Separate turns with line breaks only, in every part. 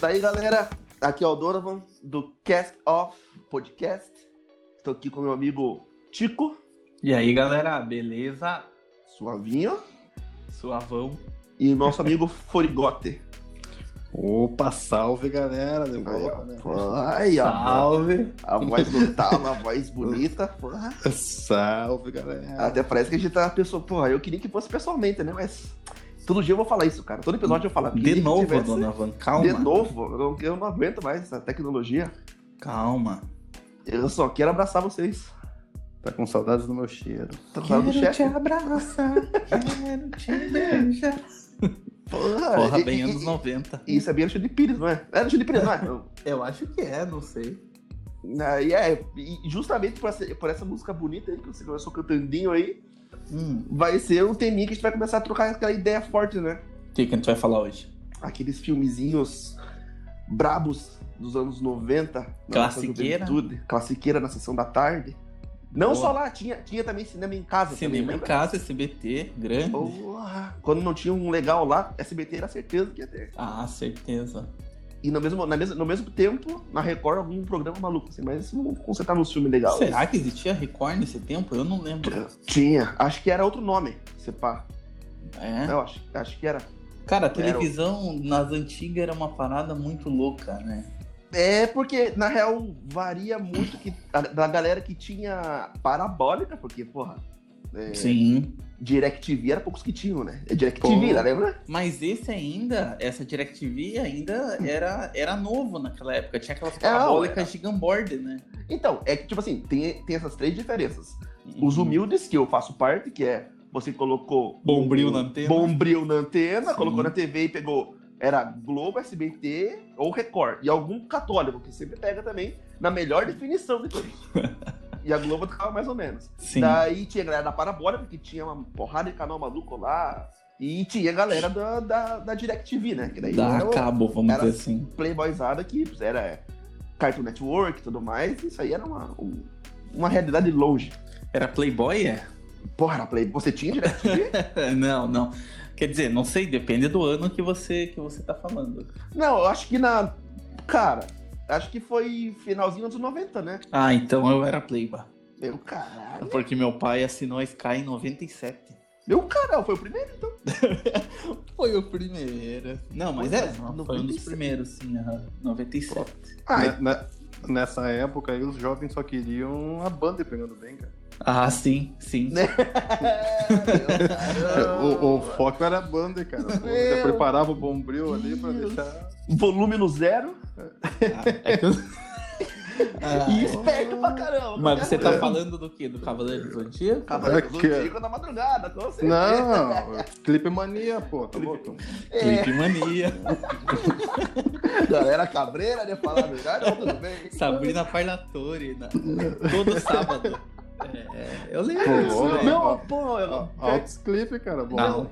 Tá aí, galera. Aqui é o Donovan do Cast Off Podcast. Estou aqui com meu amigo Tico,
E aí, galera, beleza?
suavinho,
Suavão.
e nosso amigo Forigote.
Opa, salve galera! Deu boa, né?
Aí, ó.
Salve.
A voz do tal, a voz bonita. Ah,
Salve
É.
galera!
Até parece que a gente tá pensando, porra, eu queria que fosse pessoalmente, né? Mas todo dia eu vou falar isso, cara. Todo episódio eu falo.
De novo,
tivesse...
dona Van, calma.
De novo, eu não, eu não aguento mais essa tecnologia.
Calma.
Eu só quero abraçar vocês.
Tá com saudades do meu cheiro.
Tá falando do chefe?
abraçar, quero te beijar.
Porra,
Porra,
e-
bem
e-
anos
e-
90.
e Isso é bem Alexandre Pires, não é? É Alexandre Pires, não é? Eu-
Eu acho que é, não sei.
Ah, E é, e justamente por essa, por essa música bonita aí que você começou cantandinho aí,
Hum,
vai ser um teminha que a gente vai começar a trocar aquela ideia forte, né?
O que, que a gente vai falar hoje?
Aqueles filmezinhos brabos dos anos 90. na nossa
Classiqueira.
juventude, Classiqueira na sessão da tarde. Não
Boa.
só lá, tinha, tinha também cinema em casa.
Cinema
também,
em
Ah, lembra? Oh.
casa, SBT, grande.
Porra, quando não tinha um legal lá, SBT era certeza que ia ter.
Ah, certeza.
E no mesmo, na mesma, no mesmo tempo, na Record, algum programa maluco assim, mas não consertava um filme legal.
Será que existia Record nesse tempo? Eu não lembro.
Tinha, acho que era outro nome, se pá.
É.
Eu acho, acho que era.
Cara, a televisão nas antigas era uma parada muito louca, né?
É porque, na real, varia muito que, a- da galera que tinha parabólica, porque, porra, É.
Sim.
DirecTV era poucos que tinham, né? É
Pô.
DirecTV, né, lembra?
Mas esse ainda, essa DirecTV ainda era, era novo naquela época. Tinha aquelas
É, não,
parabólicas gigamboard, né?
Então, é que, tipo assim, tem, tem essas três diferenças. Os
Uhum.
humildes, que eu faço parte, que é você colocou.
Bombril na antena.
Bombril na antena,
Sim.
colocou na TV e pegou. Era Globo, SBT ou Record. E algum católico, que sempre pega também, na melhor definição de tudo. e a Globo tava mais ou menos.
Sim.
Daí tinha a galera da Parabólica, que tinha uma porrada de canal maluco lá. E tinha a galera da, da, da DirecTV, né? Que daí
Dá
era o
cabo, vamos
era-
dizer assim.
Playboyzada que era Cartoon Network e tudo mais. Isso aí era uma, um- uma realidade longe.
Era Playboy, é?
Porra, era Play... você tinha DirecTV?
não, não. Quer dizer, não sei, depende do ano que você, que você tá falando.
Não, eu acho que na. Cara, acho que foi finalzinho dos 90, né?
Ah, então eu era Playboy.
Meu caralho.
Porque meu pai assinou a Sky em 97.
Meu caralho, foi o primeiro?
Foi o primeiro. Não, mas
Pois
é,
é,
foi um dos
97.
primeiros, sim, aham. 97.
Ah,
Ne- ne- nessa época aí, os jovens só queriam a banda pegando bem, cara.
Ah, sim, sim.
Né?
O, o foco era a banda, cara. Você
Ah. Meu
preparava o bombril ali pra
Deus.
deixar.
Volume no zero.
Ah,
e esperto pra caramba.
Mas você tá
É.
falando do quê? Do Cavaleiro dos Antigos?
Cavaleiros
Aqui, ó.
Antigos na madrugada, com certeza.
é- Não, clipe mania, pô, tá louco?
É,
Clipe Mania.
galera cabreira, né? Falar a verdade, mas tudo bem.
Sabrina Parlatore. na- Todo sábado. É, eu lembro.
Pô,
disso, né?
Não, pô, eu-
Ó,
pior,
Altos clipe, cara. Bom,
Não.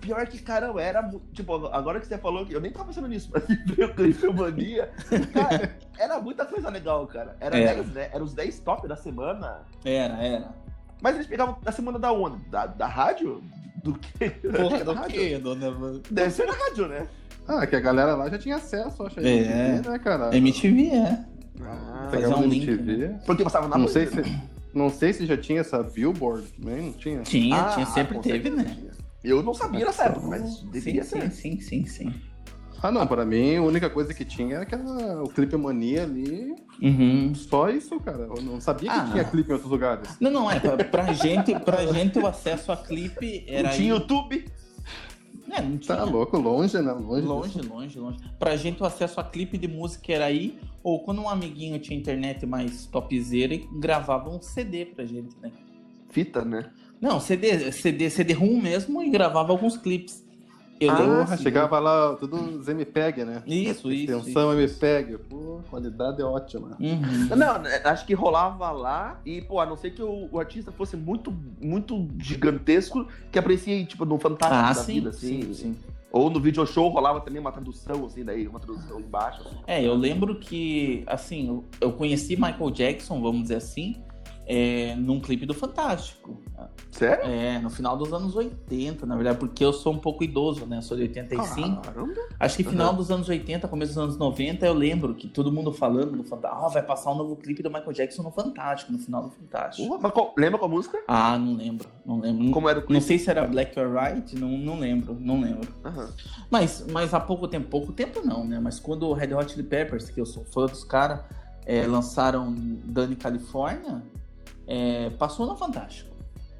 pior que, caramba, era. mu- Tipo, agora que você falou que eu nem tava pensando nisso, mas veio o clipe mania. Cara, era muita coisa legal, cara. Era,
É.
Era.
10, né? Era os 10 top da semana.
Era, era.
Mas eles pegavam da semana da onde? Da, da rádio? Do quê?
Porra,
Da
do
rádio?
quê, dona Van?
Deve ser da rádio, né?
Ah, que a galera lá já tinha acesso, acho. a
É.
MTV, né, cara?
MTV, é.
Ah,
fazer
Pegava
um
no
link,
MTV.
porque passava na
Não
Band,
sei,
né?
se, não sei se já tinha essa billboard também, não tinha?
Tinha,
Ah,
tinha, sempre
com
teve,
certeza
né?
tinha. Eu não sabia nessa época, mas devia
sim,
ser.
sim, sim, sim, sim.
Ah não, pra mim a única coisa que tinha era aquela, o clipe mania ali,
Uhum.
só isso, cara. Eu não sabia que
Ah.
tinha clipe em outros lugares.
Não, não, é. Pra, pra gente, pra gente o acesso a clipe era.
Não tinha
aí-
YouTube?
É, não tinha.
Tá louco, longe, né? Longe.
Longe, longe, longe. Pra gente o acesso a clipe de música era aí, ou quando um amiguinho tinha internet mais topzera e gravava um CD pra gente, né?
Fita, né?
Não, CD, CD, CD-ROM mesmo e gravava alguns clipes. Eu
Ah,
lembro- assim,
Porra, chegava lá, tudo os MPEG, né?
Isso, isso. isso.
Extensão MPEG, pô, qualidade é ótima.
Uhum.
Não, né, acho que rolava lá e, pô, a não ser que o, o artista fosse muito, muito gigantesco, que aparecia, tipo, no Fantástico
Ah,
da
sim,
Vida, assim.
sim, sim.
Ou no video show rolava também uma tradução, assim, daí, uma tradução embaixo. assim.
É, eu lembro que, assim, eu- eu conheci Michael Jackson, vamos dizer assim, é, num clipe do Fantástico.
Sério?
É, no final dos anos 80, na verdade, porque eu sou um pouco idoso, né? Eu sou de 85.
Caramba.
Acho que final dos anos 80, começo dos anos 90, eu lembro que todo mundo falando no Fantástico. Ah, vai passar um novo clipe do Michael Jackson no Fantástico, no final do Fantástico.
Porra, mas qual- lembra qual música?
Ah, não lembro, não lembro.
Como era o
Não
clipe?
sei se era Black or White, não, não lembro, não lembro.
Aham.
Mas, mas há pouco tempo, pouco tempo não, né? Mas quando o Red Hot Chili Peppers, que eu sou fã dos caras, é, lançaram Dani California, é, passou no Fantástico.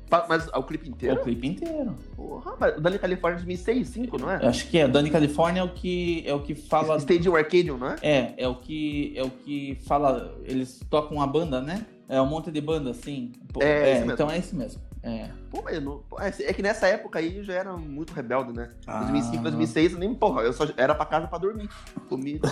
Pa- Mas ah, o clipe inteiro?
O clipe inteiro.
Porra, mas o Dani California de 2005, não é?
Eu acho que é. Dani California é o que é o que fala.
Stadium Arcadium, não é?
É, é o que é o que fala. Eles tocam uma banda, né? É um monte de banda, assim. Pô,
É,
é,
esse mesmo.
então é esse mesmo. É.
Pô, mas eu não... pô, é é que nessa época aí eu já era muito rebelde, né?
Ah.
2005, 2006, eu nem, porra, eu só era pra casa pra dormir. Comigo.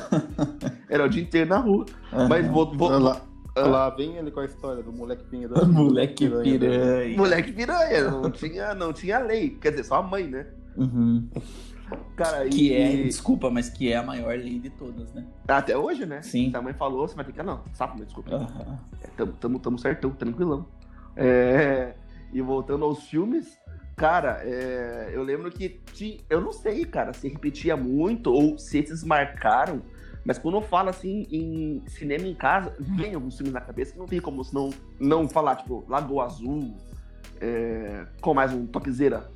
era o dia inteiro na rua. Mas vou, vou-
Lá,
Ah.
lá vem ele com a história do moleque pinheiro.
Moleque piranha.
Moleque piranha, não tinha, não tinha lei. Quer dizer, só a mãe, né?
Uhum.
Cara, e-
Que é, desculpa, mas que é a maior lei de todas, né?
Até hoje, né?
Sim.
Se a mãe falou, você vai ter que. Ah, não, sapo, mas desculpa.
Aham.
É, tamo, tamo, tamo certão, tranquilão. É, e voltando aos filmes, cara, é, eu lembro que. ti- eu não sei, cara, se repetia muito ou se esses marcaram. Mas quando eu falo assim em cinema em casa, vem alguns filmes na cabeça que não tem como não, não falar, tipo, Lagoa Azul, é, com mais um topzera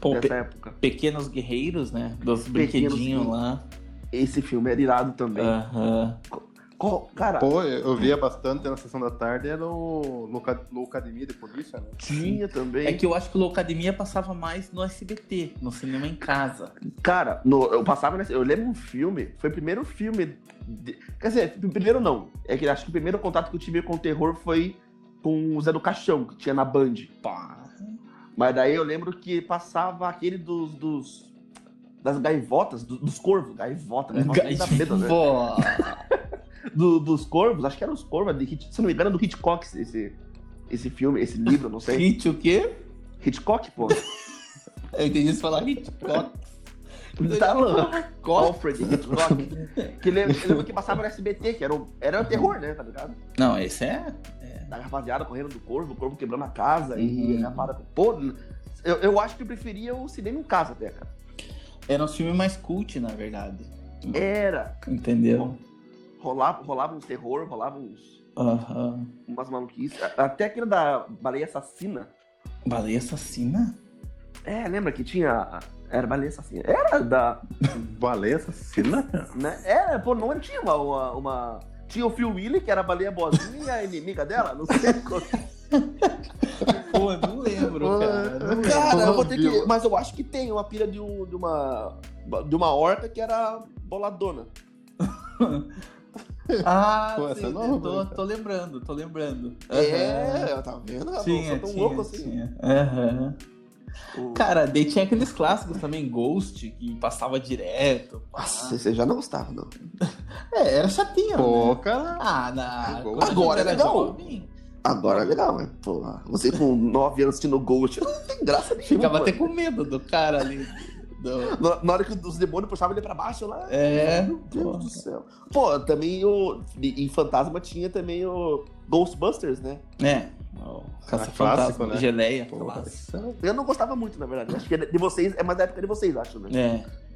Pô, pe-
dessa época.
Pequenos Guerreiros, né? Dos
é- Pequenos
brinquedinhos lá.
Esse filme era irado
É.
também.
Aham.
Co- cara,
Pô, eu via bastante na sessão da tarde, era o Loca- Locademia de Polícia, né?
tinha também.
É que eu acho que o Locademia passava mais no SBT, no cinema em casa.
Cara, no- eu passava nesse. Eu lembro um filme. Foi o primeiro filme. de- quer dizer, o primeiro não. É que acho que o primeiro contato que eu tive com o terror foi com o Zé do Caixão, que tinha na Band.
Pá.
Mas daí eu lembro que passava aquele dos. dos- das gaivotas, do- dos corvos. Gaivota, gaivota
Gai-
da medo, né?
Pô.
Do- dos corvos, acho que eram os corvos. De, Hitch- se não me engano, é do Hitchcock, esse, esse filme, esse livro, não sei.
Hit o quê?
Hitchcock, pô.
Eu entendi você falar Hitchcock.
Tá louco.
Cock.
Alfred Hitchcock. Que lembra, eu lembro que passava no SBT, que era, o- era o terror, né? Tá ligado?
Não, esse é.
Da rapaziada correndo do corvo, o corvo quebrando a casa
Uhum.
e a rapada. Pô, eu, eu acho que eu preferia o cinema em casa até, cara.
Era um filme mais cult, na verdade.
Era.
Entendeu?
Rolava, rolava uns terror, rolava uns,
Aham.
umas maluquices. A- Até aquele da baleia assassina.
Baleia assassina?
É, lembra que tinha. Era baleia assassina. Era da.
Assim, Baleia assassina?
Né? Era, pô, não tinha uma. uma, uma- Tinha o Phil Willy, que era a baleia boazinha e a inimiga dela. Não sei qual.
Pô, eu não lembro, cara. Não lembro.
Cara, eu vou ter
Viu?
que. Mas eu acho que tem uma pilha de, um- de uma. De uma horta que era boladona.
Ah,
Pô, essa
sim,
é nova,
tô,
né, cara?
tô lembrando, tô lembrando. Aham.
É, tá vendo? Eu
Tinha,
sou tão
tinha,
louco assim.
tinha. Aham.
O-
Cara, daí tinha aqueles clássicos também, Ghost, que passava direto. pá.
Nossa, você já não gostava, não.
É, era chatinho,
Pô,
né?
cara.
Ah, na...
Ghost.
quando a gente
Agora é
era
legal.
jovem,
Agora é legal, mas, porra, você com 9 anos assistindo Ghost, não tem graça nenhuma.
Ficava até com medo do cara ali. do-
Na, na hora que os demônios puxavam ele pra baixo lá.
É,
Meu Deus
porra.
do céu. Pô, também o. Em Fantasma tinha também o Ghostbusters, né?
É. o
clássico,
Caça-fantasma,
né?
geleia.
Pô, é
clássico.
um-
Eu não gostava muito, na verdade. Acho que é de vocês, é mais da época de vocês, acho, né?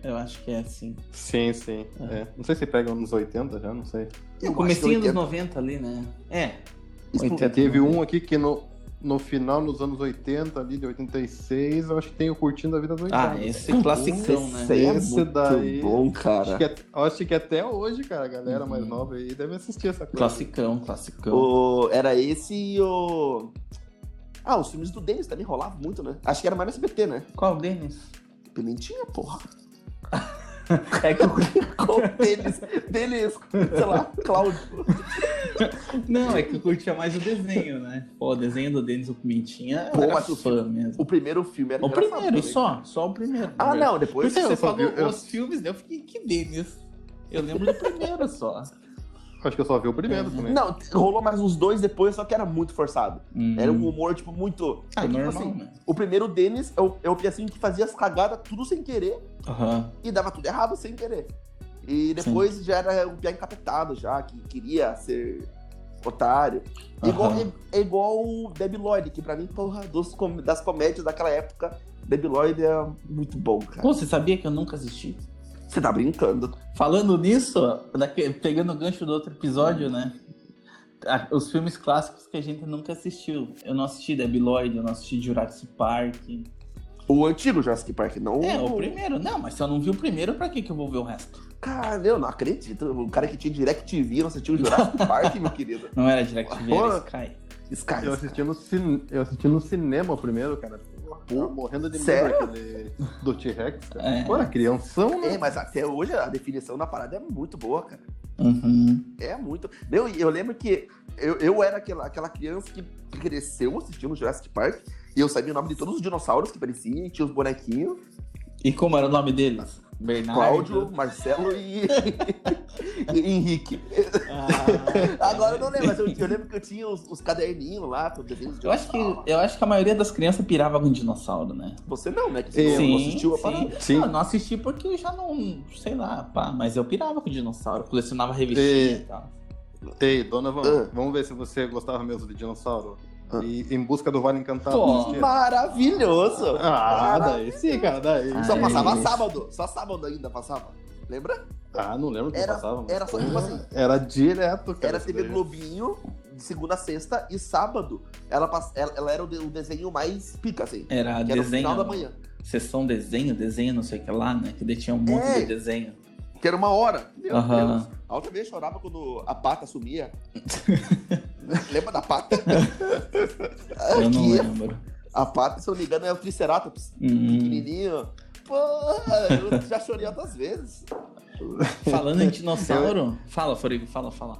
É, eu acho que é assim.
Sim, sim. é. Não sei se pega nos 80 já, não sei.
Eu
Eu
acho
comecinho
que 80.
dos 90 ali, né? É.
Expl-
80.
Teve um aqui que no, no final, nos anos 80, ali de 86, eu acho que tem o Curtindo a Vida doidada
Ah, esse é classicão, né?
Esse é
Esse
muito
daí-
bom,
Acho
cara.
que, at- acho que é até hoje, cara, a galera mais
Uhum.
nova aí deve assistir essa coisa.
Classicão, classicão.
O- era esse e o. Ah, os filmes do Dennis também rolavam muito, né? Acho que era mais no SBT, né?
Qual Denis?
Pimentinha, porra.
É que eu...
Qual deles? Deles, sei lá, Cláudio.
Não, é que eu curtia mais o desenho, né? Pô, o desenho do Denis, o Pimentinha,
Pô,
eu era
mas o-
fã mesmo.
O primeiro filme era
O
engraçado
primeiro, e
também.
só, só o primeiro.
Ah, não,
Por
depois
isso é que
eu
você
só
falou
vi- eu-
os filmes, né? eu fiquei, que Denis? Eu lembro do primeiro só.
Acho que eu só vi o
É.
primeiro também.
Não, rolou mais uns dois depois, só que era muito forçado. Era
Hum.
um humor, tipo, muito.
Ah,
é que, tipo
normal,
assim,
né?
o primeiro Denis é o, é o Piacinho que fazia as cagadas tudo sem querer
Aham.
e dava tudo errado sem um querer. E depois já era o Pia encapetado, já, que queria ser otário. É Igual,
Aham.
é, é igual o Debi Lloyd, que pra mim, porra, dos com- das comédias daquela época, Debi Lloyd é muito bom, cara.
Pô, você sabia que eu nunca assisti?
Você tá brincando.
Falando nisso, ó, daque- pegando o gancho do outro episódio, né? a- Os filmes clássicos que a gente nunca assistiu. Eu não assisti Debi Lloyd, eu não assisti Jurassic Park.
O antigo Jurassic Park, não.
É, o primeiro. Não, mas se eu não vi o primeiro, pra que, que eu vou ver o resto?
Cara, eu não acredito. O cara que tinha DirecTV não assistiu o Jurassic Park, meu querido.
Não era DirecTV,
Pô.
era Sky.
Sky.
Eu assisti, no cin... eu assisti no cinema primeiro, cara. Porra, tava morrendo de medo
Sério?
daquele- do T-Rex, cara.
É.
Pô, era crianção, né?
É, mas até hoje a definição da parada é muito boa, cara.
Uhum.
É muito. Meu, e eu lembro que eu, eu era aquela, aquela criança que cresceu assistindo Jurassic Park e eu sabia o nome de todos os dinossauros que pareciam, e tinha os bonequinhos,
E como era o nome deles? Bernardo.
Cláudio, Marcelo e, e Henrique.
Ah,
Agora eu não lembro, mas eu, eu lembro que eu tinha os, os caderninhos lá, com desenhos de
Eu acho, que,
dinossauro.
eu acho que a maioria das crianças pirava com dinossauro, né?
Você não, né? Que você
Eu
não assistiu a
sim.
parada.
Sim.
Não, eu não assisti porque eu já não, sei lá, pá, mas eu pirava com dinossauro, colecionava revistinha
É.
e tal.
Ei, dona Van,
Ah.
vamos ver se você gostava mesmo de dinossauro.
Ah.
E Em Busca do Vale Encantado.
Pô.
não esquece.
Maravilhoso!
Ah, daí sim, cara, daí.
Ah,
Só
é
passava
isso.
sábado, só sábado ainda passava. Lembra?
Ah, não lembro que
Era-
passava. mas-
Era só tipo assim,
Era direto, cara.
Era
isso
TV
daí.
Globinho, de segunda a sexta, e sábado ela, pass- ela, ela era o, de- o desenho mais pica, assim. Que
Era
era o
desenho,
final da manhã.
sessão desenho, desenho, não sei o que lá, né? Que daí tinha um monte
É.
de desenho.
Que era uma hora. Meu
Aham.
Deus. A outra vez eu chorava quando a pata sumia. Lembra da pata?
Eu não
Aqui,
lembro.
A pata, se eu não me engano, é o Triceratops.
Hum.
Pequenininho. Porra, eu já chorei outras vezes.
hum. Falando em dinossauro, fala, Forigo, fala, fala.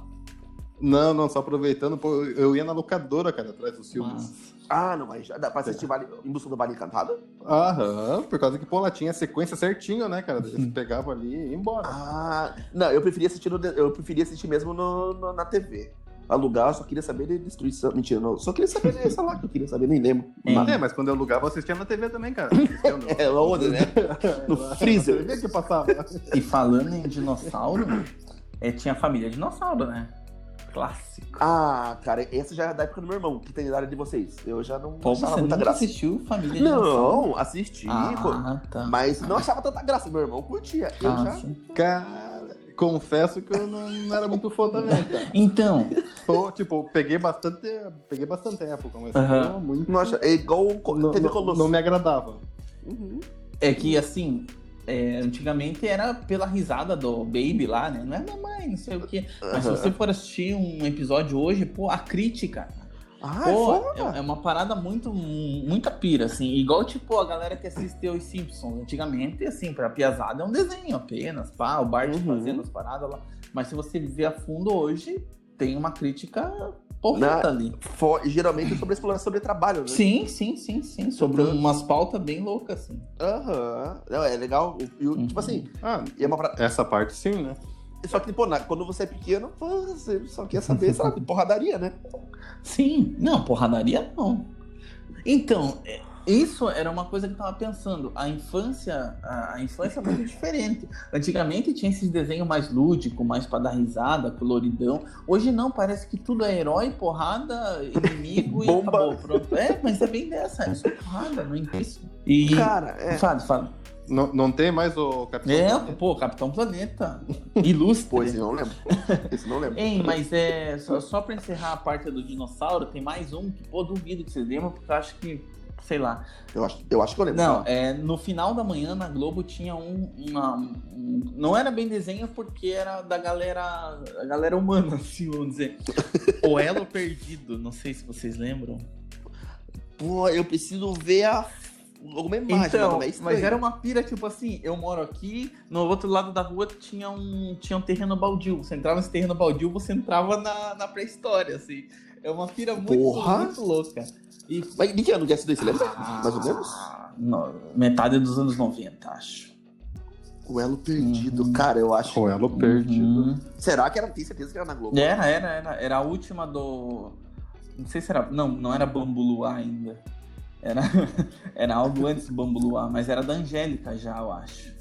Não, não, só aproveitando, pô, eu ia na locadora, cara, atrás dos filmes.
Mas-
Ah, não, mas já dá pra assistir vale... Em Busca do Vale Encantado?
Aham, por causa que, pô, lá tinha a sequência certinho, né, cara? Eles
Uhum.
pegavam ali e ia embora.
Ah, não, eu preferia assistir, no de- eu preferia assistir mesmo no- no- na TV. Alugar, eu só queria saber de destruição. Mentira, não. Só queria saber, de- sei lá, que eu queria saber, nem lembro.
É.
Mas-
É, mas quando eu alugava, eu assistia na TV também, cara. Assistia no-
É, onde, né? No freezer.
Na TV que passava.
E falando em dinossauro, é, tinha a família dinossauro, né? Clássico.
Ah, cara, essa já é da época do meu irmão, que tem idade de vocês. Eu já não
Pô,
achava
você
muita
nunca
graça.
assistiu Família Dinossauro?
Não, assisti, pô,
Ah, tá.
mas não achava tanta graça. Meu irmão curtia. Eu
Ah,
já.
sim.
Cara, confesso que eu não, não era muito fã também, cara.
Então,
Pô, tipo, peguei bastante, peguei bastante época, mas
Aham.
pô, muito...
Não acha, é igual o co-
não,
TV
não,
Colosso.
não me agradava.
Uhum.
É que assim, é, antigamente era pela risada do Baby lá, né? Não é mamãe, não sei o quê. Mas se
Aham.
você for assistir um episódio hoje, pô, a crítica.
Ah,
Pô,
é foda.
é, é uma parada muito, muita pira, assim. Igual, tipo, a galera que assistiu os Simpsons. Antigamente, assim, pra piazada é um desenho apenas, pá, o Bart
Uhum.
fazendo as paradas lá. Mas se você ver a fundo hoje, tem uma crítica porreta
Na-
ali.
Fo- geralmente é sobre explorar sobre trabalho, né?
Sim, sim, sim, sim. Sobre
Então-
umas pautas bem loucas, assim.
Aham. Não, é legal. E o- Tipo
Uhum.
assim,
Ah,
e é uma pra-
essa parte sim, né?
Só que, pô, na- quando você é pequeno, pô, você só quer saber, sei lá, de porradaria, né?
Sim, não, porradaria não. Então, é, isso era uma coisa que eu tava pensando. A infância, a, a infância é muito diferente. Antigamente tinha esses desenhos mais lúdico, mais pra dar risada, coloridão. Hoje não, parece que tudo é herói, porrada, inimigo e
Bomba.
acabou. Pronto. É, mas é bem dessa, é só porrada, não existe. E
Cara, é.
fala, fala.
Não, não tem mais o Capitão
É,
Planeta?
pô, Capitão Planeta. Ilustre.
Pô, esse eu não lembro. Esse eu não lembro.
Hein, mas é só, só pra encerrar a parte do dinossauro, tem mais um que, pô, duvido que vocês lembram, porque eu acho que, sei lá.
Eu acho, eu acho que eu lembro.
Não, é, no final da manhã na Globo tinha um, uma- um- Não era bem desenho porque era da galera. A galera humana, assim, vamos dizer. O Elo Perdido, não sei se vocês lembram.
Pô, eu preciso ver a... alguma imagem, mas, não
então,
é
mas
estranho.
era uma pira, tipo assim, eu moro aqui, no outro lado da rua tinha um, tinha um terreno baldio. Você entrava nesse terreno baldio, você entrava na, na pré-história, assim. É uma pira muito,
Porra!
muito louca. E
Mas de que ano que é isso daí, você lembra? Mais ou menos?
Ah, no- metade dos anos 90, acho.
O Elo Perdido, Uhum. cara, eu acho.
Com ela perdido.
Uhum.
Será que era? Tem certeza que era na Globo?
Era, era, era. Era a última do. Não sei se era. Não, não era Bambu Luar ainda. Era, era algo antes do Bambu Luar, mas era da Angélica já, eu acho.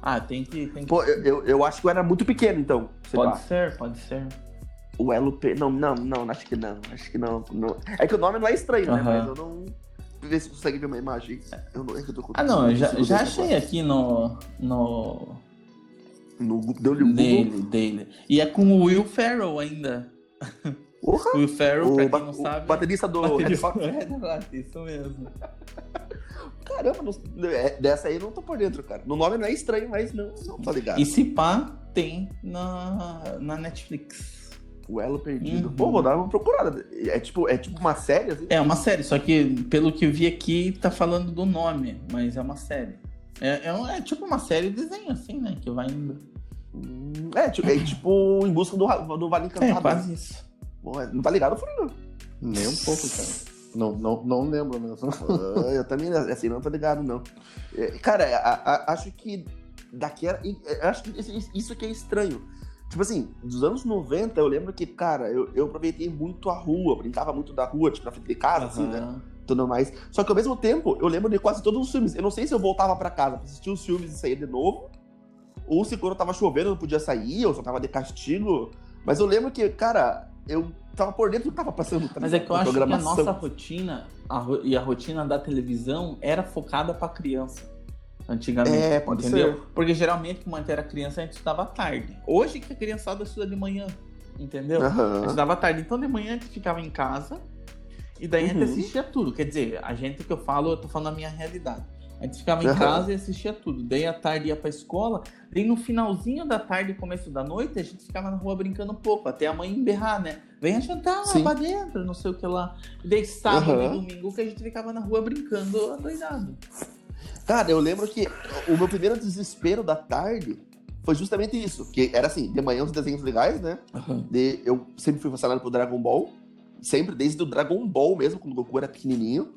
Ah, tem que. Tem que...
Pô, eu, eu, eu acho que eu era muito pequeno, então. sei
pode
lá.
ser, pode ser.
O Elo Per... Não, não, não, acho que não. Acho que não. não. É que o nome lá é estranho, né?
Aham.
Mas eu não. Vê se consegue ver uma imagem. Eu não, é que eu tô com-
Ah, não, eu já,
consigo
já
ver
achei
agora.
aqui no. no
No Google, deu-lhe o Google.
dele, dele. E é com o Will Ferrell ainda.
Porra!
Will Ferrell,
O,
pra
ba-
quem não
o
sabe.
baterista do
bateria-
Red Hot.
É, exato, isso mesmo.
Caramba, não- é, dessa aí eu não tô por dentro, cara. No nome não é estranho, mas não, não tô ligado.
E se pá, tem na, na Netflix.
O Elo Perdido.
Uhum.
Pô, vou dar uma procurada. É tipo, é tipo uma série, assim?
É uma série, só que pelo que eu vi aqui, tá falando do nome, mas é uma série. É, é, um- é tipo uma série de desenho, assim, né? Que vai indo.
Hum, É, tipo, é tipo Em Busca do, Ra- do Vale
É,
Encantado.
quase isso.
Pô, não tá ligado, Fernando?
Nem um pouco, cara. Não, não, não lembro mesmo.
Ah, eu também, assim, não tô ligado, não. É, Cara, a- a- acho que daqui era, e- é, acho que isso- isso que é estranho. Tipo assim, dos anos 90, eu lembro que, cara, eu, eu aproveitei muito a rua, brincava muito da rua, tipo, na frente de casa, assim, né?
Aham.
Tudo mais. Só que ao mesmo tempo, eu lembro de quase todos os filmes. Eu não sei se eu voltava pra casa pra assistir os filmes e saía de novo, ou se quando tava chovendo eu não podia sair, eu só tava de castigo. Mas eu lembro que, cara, eu tava por dentro do que tava passando. tá
Mas é
ligado?
que eu acho que a
Programação.
nossa rotina a ro- e a rotina da televisão era focada pra criança. Antigamente.
É, pode
né? entendeu?
ser.
Porque geralmente, quando era criança, a gente estudava à tarde. Hoje que a criançada estuda de manhã, entendeu?
Aham.
Eu estudava à tarde. Então de manhã a gente ficava em casa e daí a gente
Uhum.
assistia tudo. Quer dizer, a gente que eu falo, eu tô falando a minha realidade. A gente ficava em
Aham.
casa e assistia tudo. Daí à tarde ia pra escola, daí no finalzinho da tarde, começo da noite, a gente ficava na rua brincando um pouco, até a mãe emberrar, né? Venha jantar lá
Sim.
pra dentro, não sei o que lá. E daí sábado
Aham.
e domingo que a gente ficava na rua brincando adoidado.
Cara, eu lembro que o meu primeiro desespero da tarde foi justamente isso. Porque era assim, de manhã os desenhos legais, né? De- eu sempre fui fascinado por Dragon Ball. Sempre, desde o Dragon Ball mesmo, quando o Goku era pequenininho.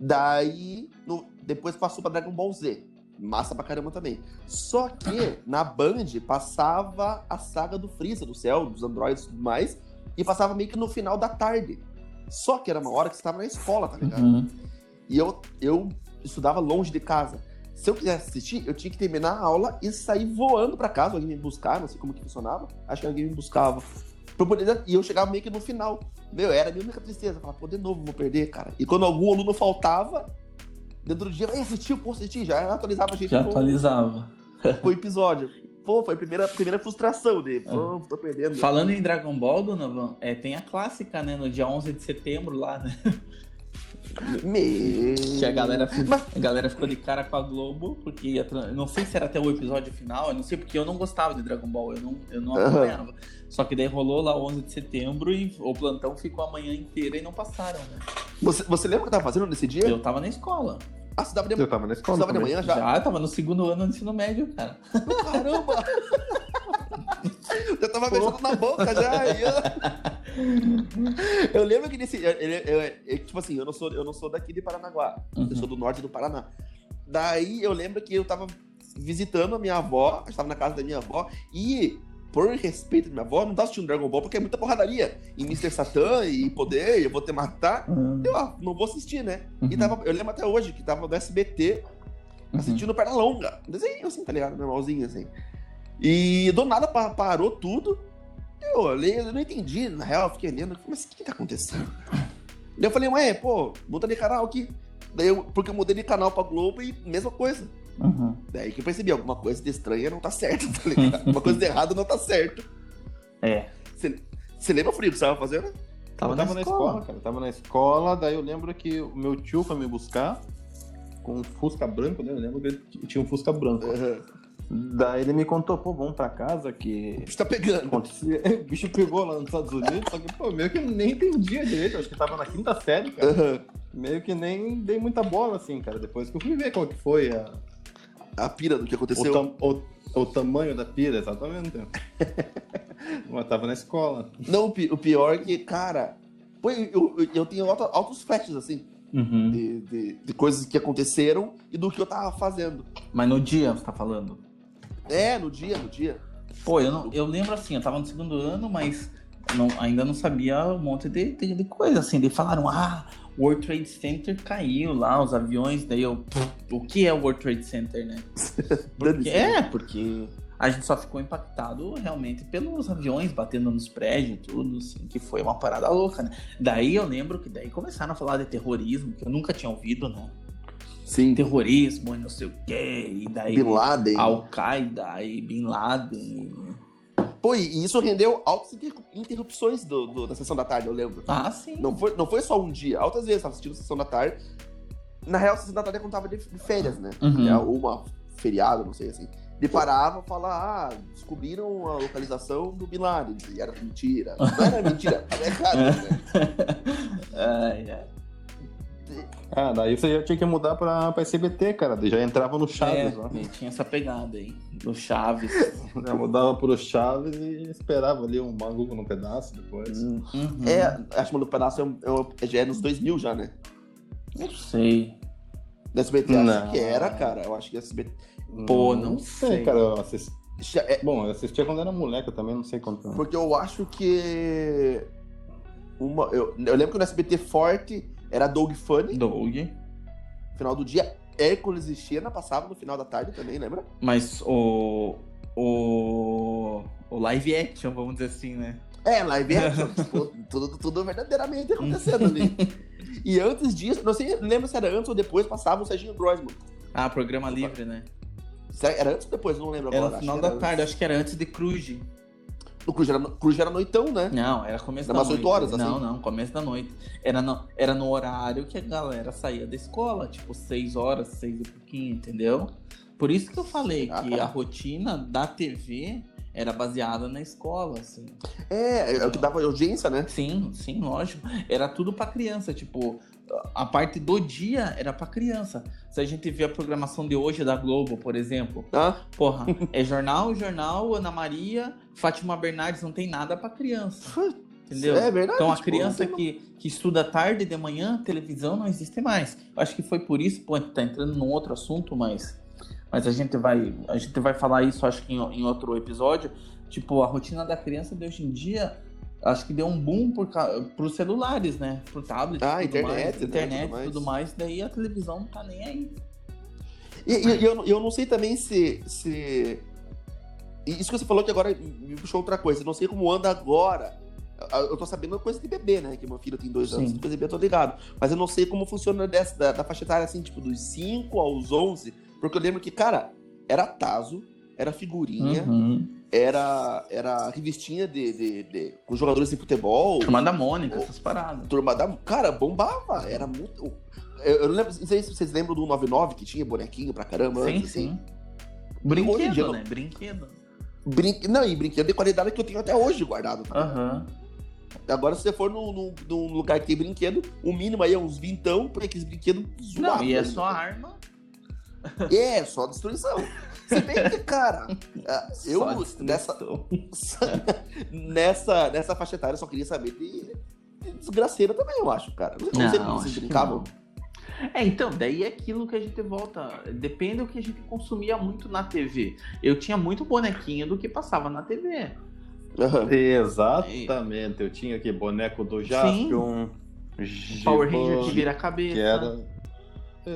Daí, no- depois passou pra Dragon Ball Z. Massa pra caramba também. Só que, na Band, passava a saga do Freeza, do céu, dos androides e tudo mais. E passava meio que no final da tarde. Só que era uma hora que você tava na escola, tá ligado?
Uhum.
E eu, eu estudava longe de casa. Se eu quisesse assistir, eu tinha que terminar a aula e sair voando pra casa, alguém me buscar, não sei como que funcionava. Acho que alguém me buscava. Pra eu poder- E eu chegava meio que no final. Meu, era a minha única tristeza. Falar, pô, de novo vou perder, cara. E quando algum aluno faltava, dentro do dia, ei, assistiu, pô, assisti, já atualizava a gente
Já
no-
atualizava.
com o episódio. Pô, foi a primeira, primeira frustração dele. Pô, tô perdendo.
Falando em Dragon Ball, Donovan, é, tem a clássica, né? No dia 11 de setembro lá, né?
Meu.
Que a galera, fi-
Mas-
a galera ficou de cara com a Globo, porque ia tra- eu não sei se era até o episódio final, eu não sei, porque eu não gostava de Dragon Ball, eu não, eu não
Aham.
acompanhava. Só que daí rolou lá 11 de setembro e o plantão ficou a manhã inteira e não passaram, né?
Você, você lembra o que eu tava fazendo nesse dia?
Eu tava na escola,
Ah, você dava de,
Eu tava na escola.
estudava de
também.
manhã
já,
já?
eu tava no segundo ano do ensino médio, cara.
Caramba! Já tava beijando na boca já. e eu... eu lembro que nesse. eu- eu- eu- eu- tipo assim, eu não, sou, eu não sou daqui de Paranaguá.
Uhum.
Eu sou do norte do Paraná. Daí eu lembro que eu tava visitando a minha avó, eu estava na casa da minha avó, e por respeito da minha avó, eu não tava assistindo Dragon Ball porque é muita porradaria. E Mr. Satan, e poder, eu vou te matar.
Uhum.
Eu ah, não vou assistir, né? E
Uhum.
tava, eu lembro até hoje que tava no SBT, assistindo Tá perna longa. Um desenho assim, tá ligado? Normalzinho, assim. E do nada pa- parou tudo. Eu olhei, eu não entendi. Na real, eu fiquei olhando. eu falei, Mas o que tá acontecendo? Daí eu falei, ué, pô, muda de canal aqui. Daí eu- porque eu mudei de canal pra Globo e mesma coisa.
Uhum.
Daí que eu percebi, alguma coisa de estranha não tá certo, tá ligado? Alguma coisa de errado não tá certo.
É.
Você lembra, Felipe, o que você tava fazendo?
Tava
eu
na
tava na escola.
escola.
cara. Eu tava na escola, daí eu lembro que o meu tio foi me buscar com um Fusca branco, né? Eu lembro que ele t- tinha um Fusca branco. Daí ele me contou, pô, vamos pra casa que.
O bicho tá pegando.
acontecia- O bicho pegou lá nos Estados Unidos, só que, pô, meio que eu nem entendia direito. Acho que tava na quinta série, cara.
Aham.
Meio que nem dei muita bola, assim, cara. Depois que eu fui ver qual que foi a-
A pira do que
o,
aconteceu.
tam- o- o tamanho da pira, exatamente. Mas tava na escola.
Não, o pi- o pior é que, cara, pô, eu, eu- eu tenho alto- altos flashes, assim,
Uhum.
de, de- de coisas que aconteceram e do que eu tava fazendo.
Mas no dia, você tá falando?
É, no dia, no dia.
Pô, eu, não- eu lembro assim, eu tava no segundo ano, mas não- ainda não sabia um monte de, de, de coisa, assim. Daí falaram, ah, o World Trade Center caiu lá, os aviões. Daí eu, "Pff, o que é o World Trade Center, né? Porque,
Dane-se.
é, porque A gente só ficou impactado realmente pelos aviões batendo nos prédios e tudo, assim, que foi uma parada louca, né? Daí eu lembro que daí começaram a falar de terrorismo, que eu nunca tinha ouvido, né?
Sim.
Terrorismo e não sei o quê, e daí
Bin Laden.
Al-Qaeda e Bin Laden.
Pô, e isso rendeu altas inter- interrupções do, do- da sessão da tarde, eu lembro.
Ah, sim.
Não foi, não foi só um dia, altas vezes eu tava assistindo sessão da tarde. Na real, sessão da tarde é quando tava de, de férias, né?
Uhum.
É, Ou uma feriado, não sei assim. Deparava, falava, ah, descobriram a localização do Bin Laden. E era mentira. Não era mentira, era errado, né?
Ai, ai.
Ah, daí você já tinha que mudar pra, pra SBT, cara. Daí Já entrava no Chaves lá.
É, tinha essa pegada aí, do Chaves.
Já mudava pro Chaves e esperava ali um maluco num pedaço depois.
Uhum.
É, acho que o Maluco Pedaço é, um- é um- já é nos 2000 já, né?
Não sei.
Da SBT, eu
Não.
acho que era, cara. Eu acho que SBT.
Pô, não sei.
cara. Eu assisti...
já é-
Bom, eu assistia quando era moleque, eu também não sei quanto.
Porque eu acho que. Uma, eu, eu lembro que no SBT forte era Doug Funny,
Doug.
final do dia. Hércules e Xena passava no final da tarde também, lembra?
Mas o. O. O live action, vamos dizer assim, né?
É, live action, tipo, tudo, tudo verdadeiramente acontecendo ali. E antes disso, não sei, não lembro se era antes ou depois, passava o Serginho Grossman.
Ah, programa livre, né?
Será- Era antes ou depois? Eu Não lembro
Era
agora.
no
acho
final
que
da
era
tarde, acho que era antes de Cruz.
antes. O Cruz era, no- Cruz era noitão, né?
Não, era começo
Era
da
umas
noite.
oito horas, assim?
Não, não, começo da noite. Era no, era no horário que a galera saía da escola, tipo, seis horas, seis e pouquinho, entendeu? Por isso que eu falei
Ah,
que
tá.
a rotina da TV era baseada na escola, assim.
É,
Então.
é o que dava audiência, né?
Sim, sim, lógico. Era tudo pra criança, tipo, a parte do dia era pra criança. Se a gente vê a programação de hoje da Globo, por exemplo,
Ah,
porra, é jornal, jornal, Ana Maria, Fátima Bernardes, não tem nada pra criança. Entendeu?
É verdade.
Então a
tipo,
criança
não tem-
que, que estuda tarde de manhã, televisão não existe mais. Eu acho que foi por isso, pô, a gente tá entrando num outro assunto, mas, mas a gente vai a gente vai falar isso, acho que em, em outro episódio. Tipo, a rotina da criança de hoje em dia, acho que deu um boom por, ca- pros celulares, né? Pro tablet,
Ah,
tudo
internet,
mais,
né,
internet,
tudo mais.
tudo mais. Daí a televisão não tá nem aí.
E, e- e eu, não- eu não sei também se, se. e Isso que você falou que agora me puxou outra coisa. Eu não sei como anda agora. Eu- Eu tô sabendo coisa de bebê, né? Que meu filho tem dois
Sim.
anos, coisa de bebê eu tô ligado. Mas eu não sei como funciona dessa, da, da faixa etária, assim, tipo, dos 5 aos 11. Porque eu lembro que, cara, era Tazo, era figurinha,
Uhum.
era, era revistinha de, de- de- com jogadores de futebol.
Turma da Mônica, essas paradas.
Turma da. Cara, bombava. Era muito. Eu, eu não lembro. Não sei se vocês lembram do 199 que tinha bonequinho pra caramba.
Sim,
antes, assim.
sim.
Hoje em dia
Brinquedo,
não-
né? Brinquedo.
Brin... Não, e brinquedo de qualidade que eu tenho até hoje guardado.
Ah. Aham.
Agora, se você for num, num- num lugar que tem brinquedo, o mínimo aí é uns vintão, porque aqueles brinquedos
Não,
zoados.
e é
né?
só arma.
É, só destruição. Se bem que, cara, ah, eu
só
nessa,
destruição.
nessa, nessa faixa etária eu só queria saber de, de desgraceira também, eu acho, cara. Não, sei como
acho
vocês
que
brincavam.
não. É, então, daí é aquilo que a gente volta. Depende do que a gente consumia muito na TV. Eu tinha muito bonequinho do que passava na TV.
Aham.
Exatamente, eu tinha aqui boneco do Jaspion, Gibo-
Power Ranger que vira a cabeça.
que era.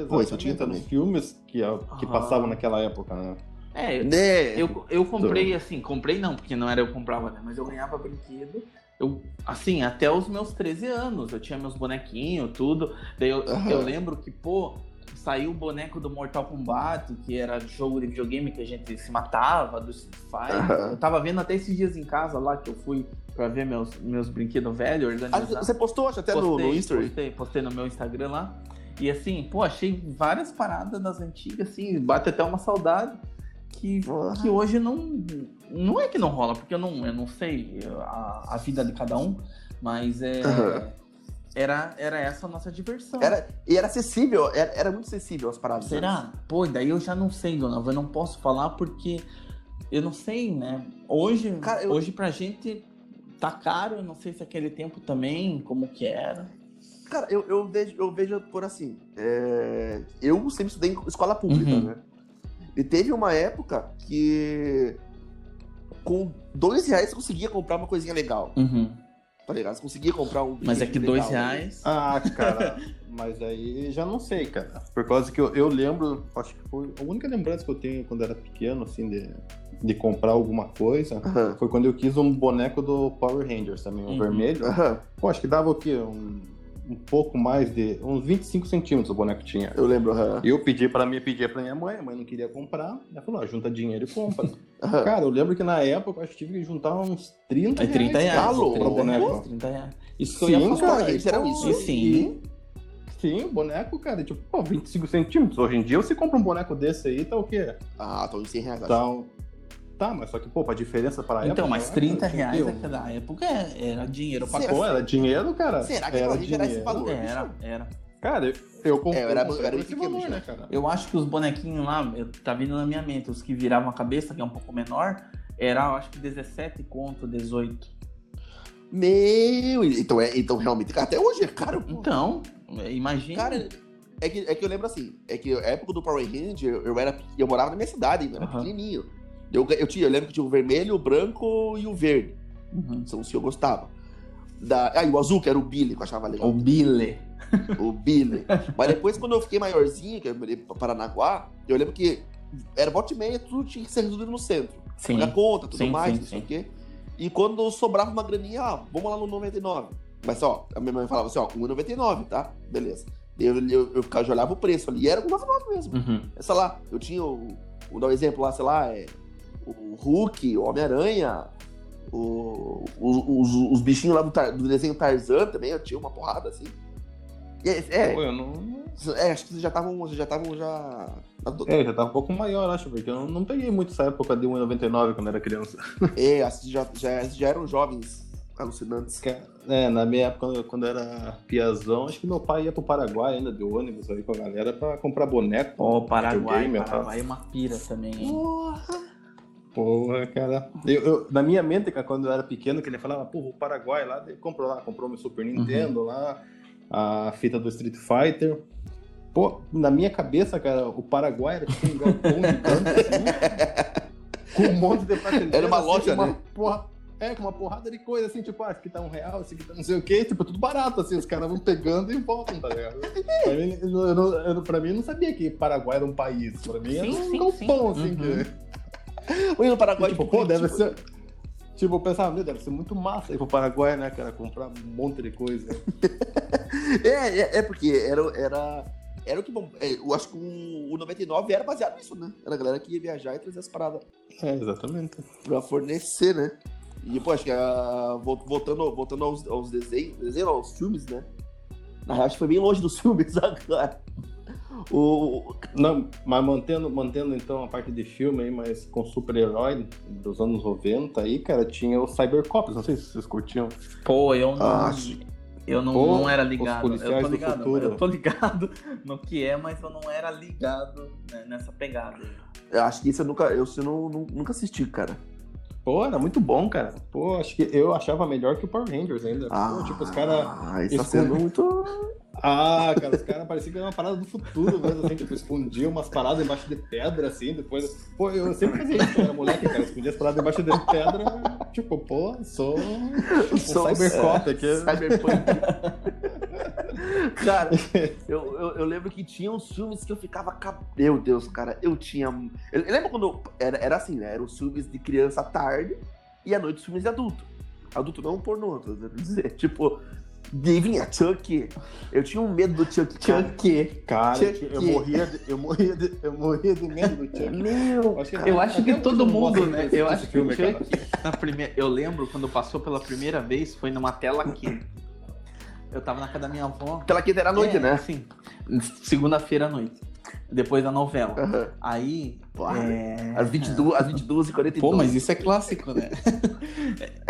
Pô, isso eu tinha
Exatamente,
também.
Os filmes que, ah, que
Aham.
passavam naquela época, né?
É, eu-
Né?
eu, eu comprei assim, comprei não, porque não era eu que comprava, né? Mas eu ganhava brinquedo. Eu, assim, até os meus 13 anos, eu tinha meus bonequinhos, tudo. Daí eu,
Aham.
eu lembro que, pô, saiu o boneco do Mortal Kombat, que era jogo de videogame que a gente se matava, do Street Fighter.
Aham.
Eu tava vendo até esses dias em casa lá que eu fui pra ver meus, meus brinquedos velhos
Ah,
organizados.
você postou acho, até no, no History?
Postei, postei no meu Instagram lá. E assim, pô, achei várias paradas das antigas, assim, bate até uma saudade que,
Porra.
que hoje não. Não é que não rola, porque eu não, eu não sei a, a vida de cada um, mas é.
Aham. É,
Era, era essa a nossa diversão.
Era, e era acessível, era, era muito acessível as paradas. né?
Será? Pô, daí eu já não sei, dona. Eu não posso falar porque eu não sei, né? Hoje,
Cara, eu-
hoje pra gente tá caro, eu não sei se aquele tempo também, como que era.
Cara, eu, eu, vejo, eu vejo por assim. é, Eu sempre estudei em escola pública,
Uhum.
né? E teve uma época que com dois reais você conseguia comprar uma coisinha legal,
Uhum.
tá ligado? Você conseguia comprar um.
Mas é
brinquedo
que dois
legal, né?
reais.
Ah, cara, mas aí já não sei, cara. Por causa que eu, eu lembro, acho que foi a única lembrança que eu tenho quando era pequeno, assim, de, de comprar alguma coisa,
Aham.
foi quando eu quis um boneco do Power Rangers também, um
Uhum.
vermelho.
Aham.
Pô, acho que dava o quê? Um, um pouco mais de. uns 25 centímetros o boneco tinha.
Eu lembro. aham.
Eu pedi pra mim, pedi pra minha mãe, a mãe não queria comprar. Ela falou, ó, junta dinheiro e compra.
Aham.
Cara, eu lembro que na época eu acho que tive que juntar uns 30
É
reais.
30 reais.
Tá louco,
30
pra boneco.
reais, 30 reais. Isso que eu ia
Sim,
falar.
cara, então,
gente, era isso.
E
Sim.
sim. Sim, boneco, cara, tipo, pô, 25 centímetros. Hoje em dia você compra um boneco desse aí, tá o quê?
Ah, tô em 100 reais. acho.
Tá, um- tá mas só que, pô, a diferença pra época...
Então, mas
né,
30
cara, tinha
reais
que-
naquela época é- era dinheiro pra
Sim,
Pô, era dinheiro, cara.
Será que aquela gente era esse
dinheiro.
valor?
Era, era.
Cara, eu, eu comprei.
É, eu era-
comprei
eu era
por
bem pequeno já.
cara?
Eu acho que os bonequinhos lá, eu- tá vindo na minha mente, os que viravam a cabeça, que é um pouco menor, era, eu acho que 17 conto, 18.
Meu, então, é, então realmente, cara, até hoje é caro. pô.
Então, é, imagina.
Cara, é que, é que eu lembro assim, é que a época do Power Ranger, eu, era, eu morava na minha cidade ainda, era
Aham.
pequenininho. Eu, ga- eu, tinha, eu lembro que tinha o vermelho, o branco e o verde,
Uhum.
são os que eu gostava. Da, ah, e o azul, que era o Billy, que eu achava legal.
O Bile.
o Billy. Mas depois, quando eu fiquei maiorzinho, que eu morei pra Paranaguá, eu lembro que era volta e meia, tudo tinha que ser resolvido no centro.
Sim.
Pagar conta, tudo
Sim,
mais,
sim,
não sei
sim.
o quê. E quando sobrava uma graninha, ah, vamos lá no 99. Mas ó, a minha mãe falava assim, ó, 1,99, tá? Beleza. Eu, eu, eu ficava, já olhava o preço ali, e era 1,99 mesmo.
Uhum.
Sei lá, eu tinha o. Vou dar um exemplo lá, sei lá, é, o Hulk, o Homem-Aranha, o- o- os, os bichinhos lá do, Tar- do desenho Tarzan também, eu tinha uma porrada assim. E é, é,
Pô, eu não...
é, acho que vocês já estavam. Vocês já estavam já.
É, eu já tava um pouco maior, acho, porque eu não peguei muito essa época de 1,99 quando era criança.
É, acho que já, já, já eram jovens alucinantes.
É, na minha época, quando- quando era piazão, acho que meu pai ia pro Paraguai ainda de ônibus aí com a galera pra comprar boneco.
Ó, Paraguai,
videogame,
Paraguai é uma pira também, hein?
Porra, cara. Eu, eu- na minha mente, cara, quando eu era pequeno, que ele falava, pô, o Paraguai lá, ele comprou lá, comprou meu
Uhum.
Super Nintendo lá, a fita do Street Fighter. Pô, na minha cabeça, cara, o Paraguai era tipo um galpão de canto, assim, com um monte de prateleira.
Era uma
assim,
loja,
com uma
né?
porra- é, com uma porrada de coisa, assim, tipo, ah, esse aqui tá um real, esse aqui tá não sei o quê, tipo, tudo barato, assim, os caras vão pegando e voltam, tá ligado? Pra mim, eu, não- eu não- eu não- pra mim, eu não sabia que Paraguai era um país, pra mim era
Sim,
um
sim,
galpão,
sim.
assim,
Uhum.
que...
Oi, no
E,
Paraguai.
tipo, pô, deve ser. Tipo, eu pensava, meu, deve ser muito massa ir pro Paraguai, né, cara? Comprar um monte de coisa.
É, é, é porque era, era, era o que. bom- é, eu acho que o, o 99 era baseado nisso, né? Era a galera que ia viajar e trazer as paradas
É, exatamente.
pra fornecer, né? E, pô, acho que a, vol- voltando, voltando aos, aos desenhos, desenho, não, aos filmes, né? Na real, acho que foi bem longe dos filmes agora. O, o-
Não, mas mantendo, mantendo então a parte de filme aí, mas com super-herói dos anos 90 aí, cara, tinha o Cybercops, não sei se vocês curtiam.
Pô, eu não.
Ah,
eu não,
Pô,
não era ligado.
os policiais
eu tô
do
ligado,
futuro.
eu tô ligado no que é, mas eu não era ligado né, nessa pegada.
eu acho que isso eu nunca, eu, isso eu não- nu- nunca assisti, cara.
Pô, era muito bom, cara. Pô, acho que eu achava melhor que o Power Rangers ainda.
Ah,
Pô, tipo, os caras.
Isso tá
escondem-
sendo muito.
Ah, cara, os caras pareciam que era uma parada do futuro mesmo, assim, tipo, escondiam umas paradas embaixo de pedra, assim, depois. Pô, eu sempre fazia isso, quando era moleque, cara, escondia as paradas embaixo de pedra, tipo, pô, sou um
Sou-
cybercop aqui.
Cyberpunk. é cara, eu, eu, eu lembro que tinha uns filmes que eu ficava. ca- Meu Deus, cara, eu tinha. Eu, eu lembro quando. eu- Era, era assim, né? Eram os filmes de criança à tarde e à noite os filmes de adulto. Adulto não pornô, tô tentando dizer. Tipo, e vinha Chuck. Eu tinha um medo do Chuck. cara.
Chuck.
Cara, tipo,
Chuck.
eu morria de, eu morria de, eu morria de medo do Chuck.
Meu.
Acho que- é.
Eu acho que
até
todo
hoje eu
mundo,
gosto
né?
desse
Eu acho que o
filme, cara.
Chuck, na primeira, eu lembro quando passou pela primeira vez, foi numa tela aqui. Eu tava na casa da minha avó.
Aquela quinta era à noite,
É,
né?
Sim. Segunda-feira à noite. Depois da novela.
É.
Aham.
Aí.
Claro.
é,
Às 22, às 22 e 42.
Pô, mas isso é clássico, né?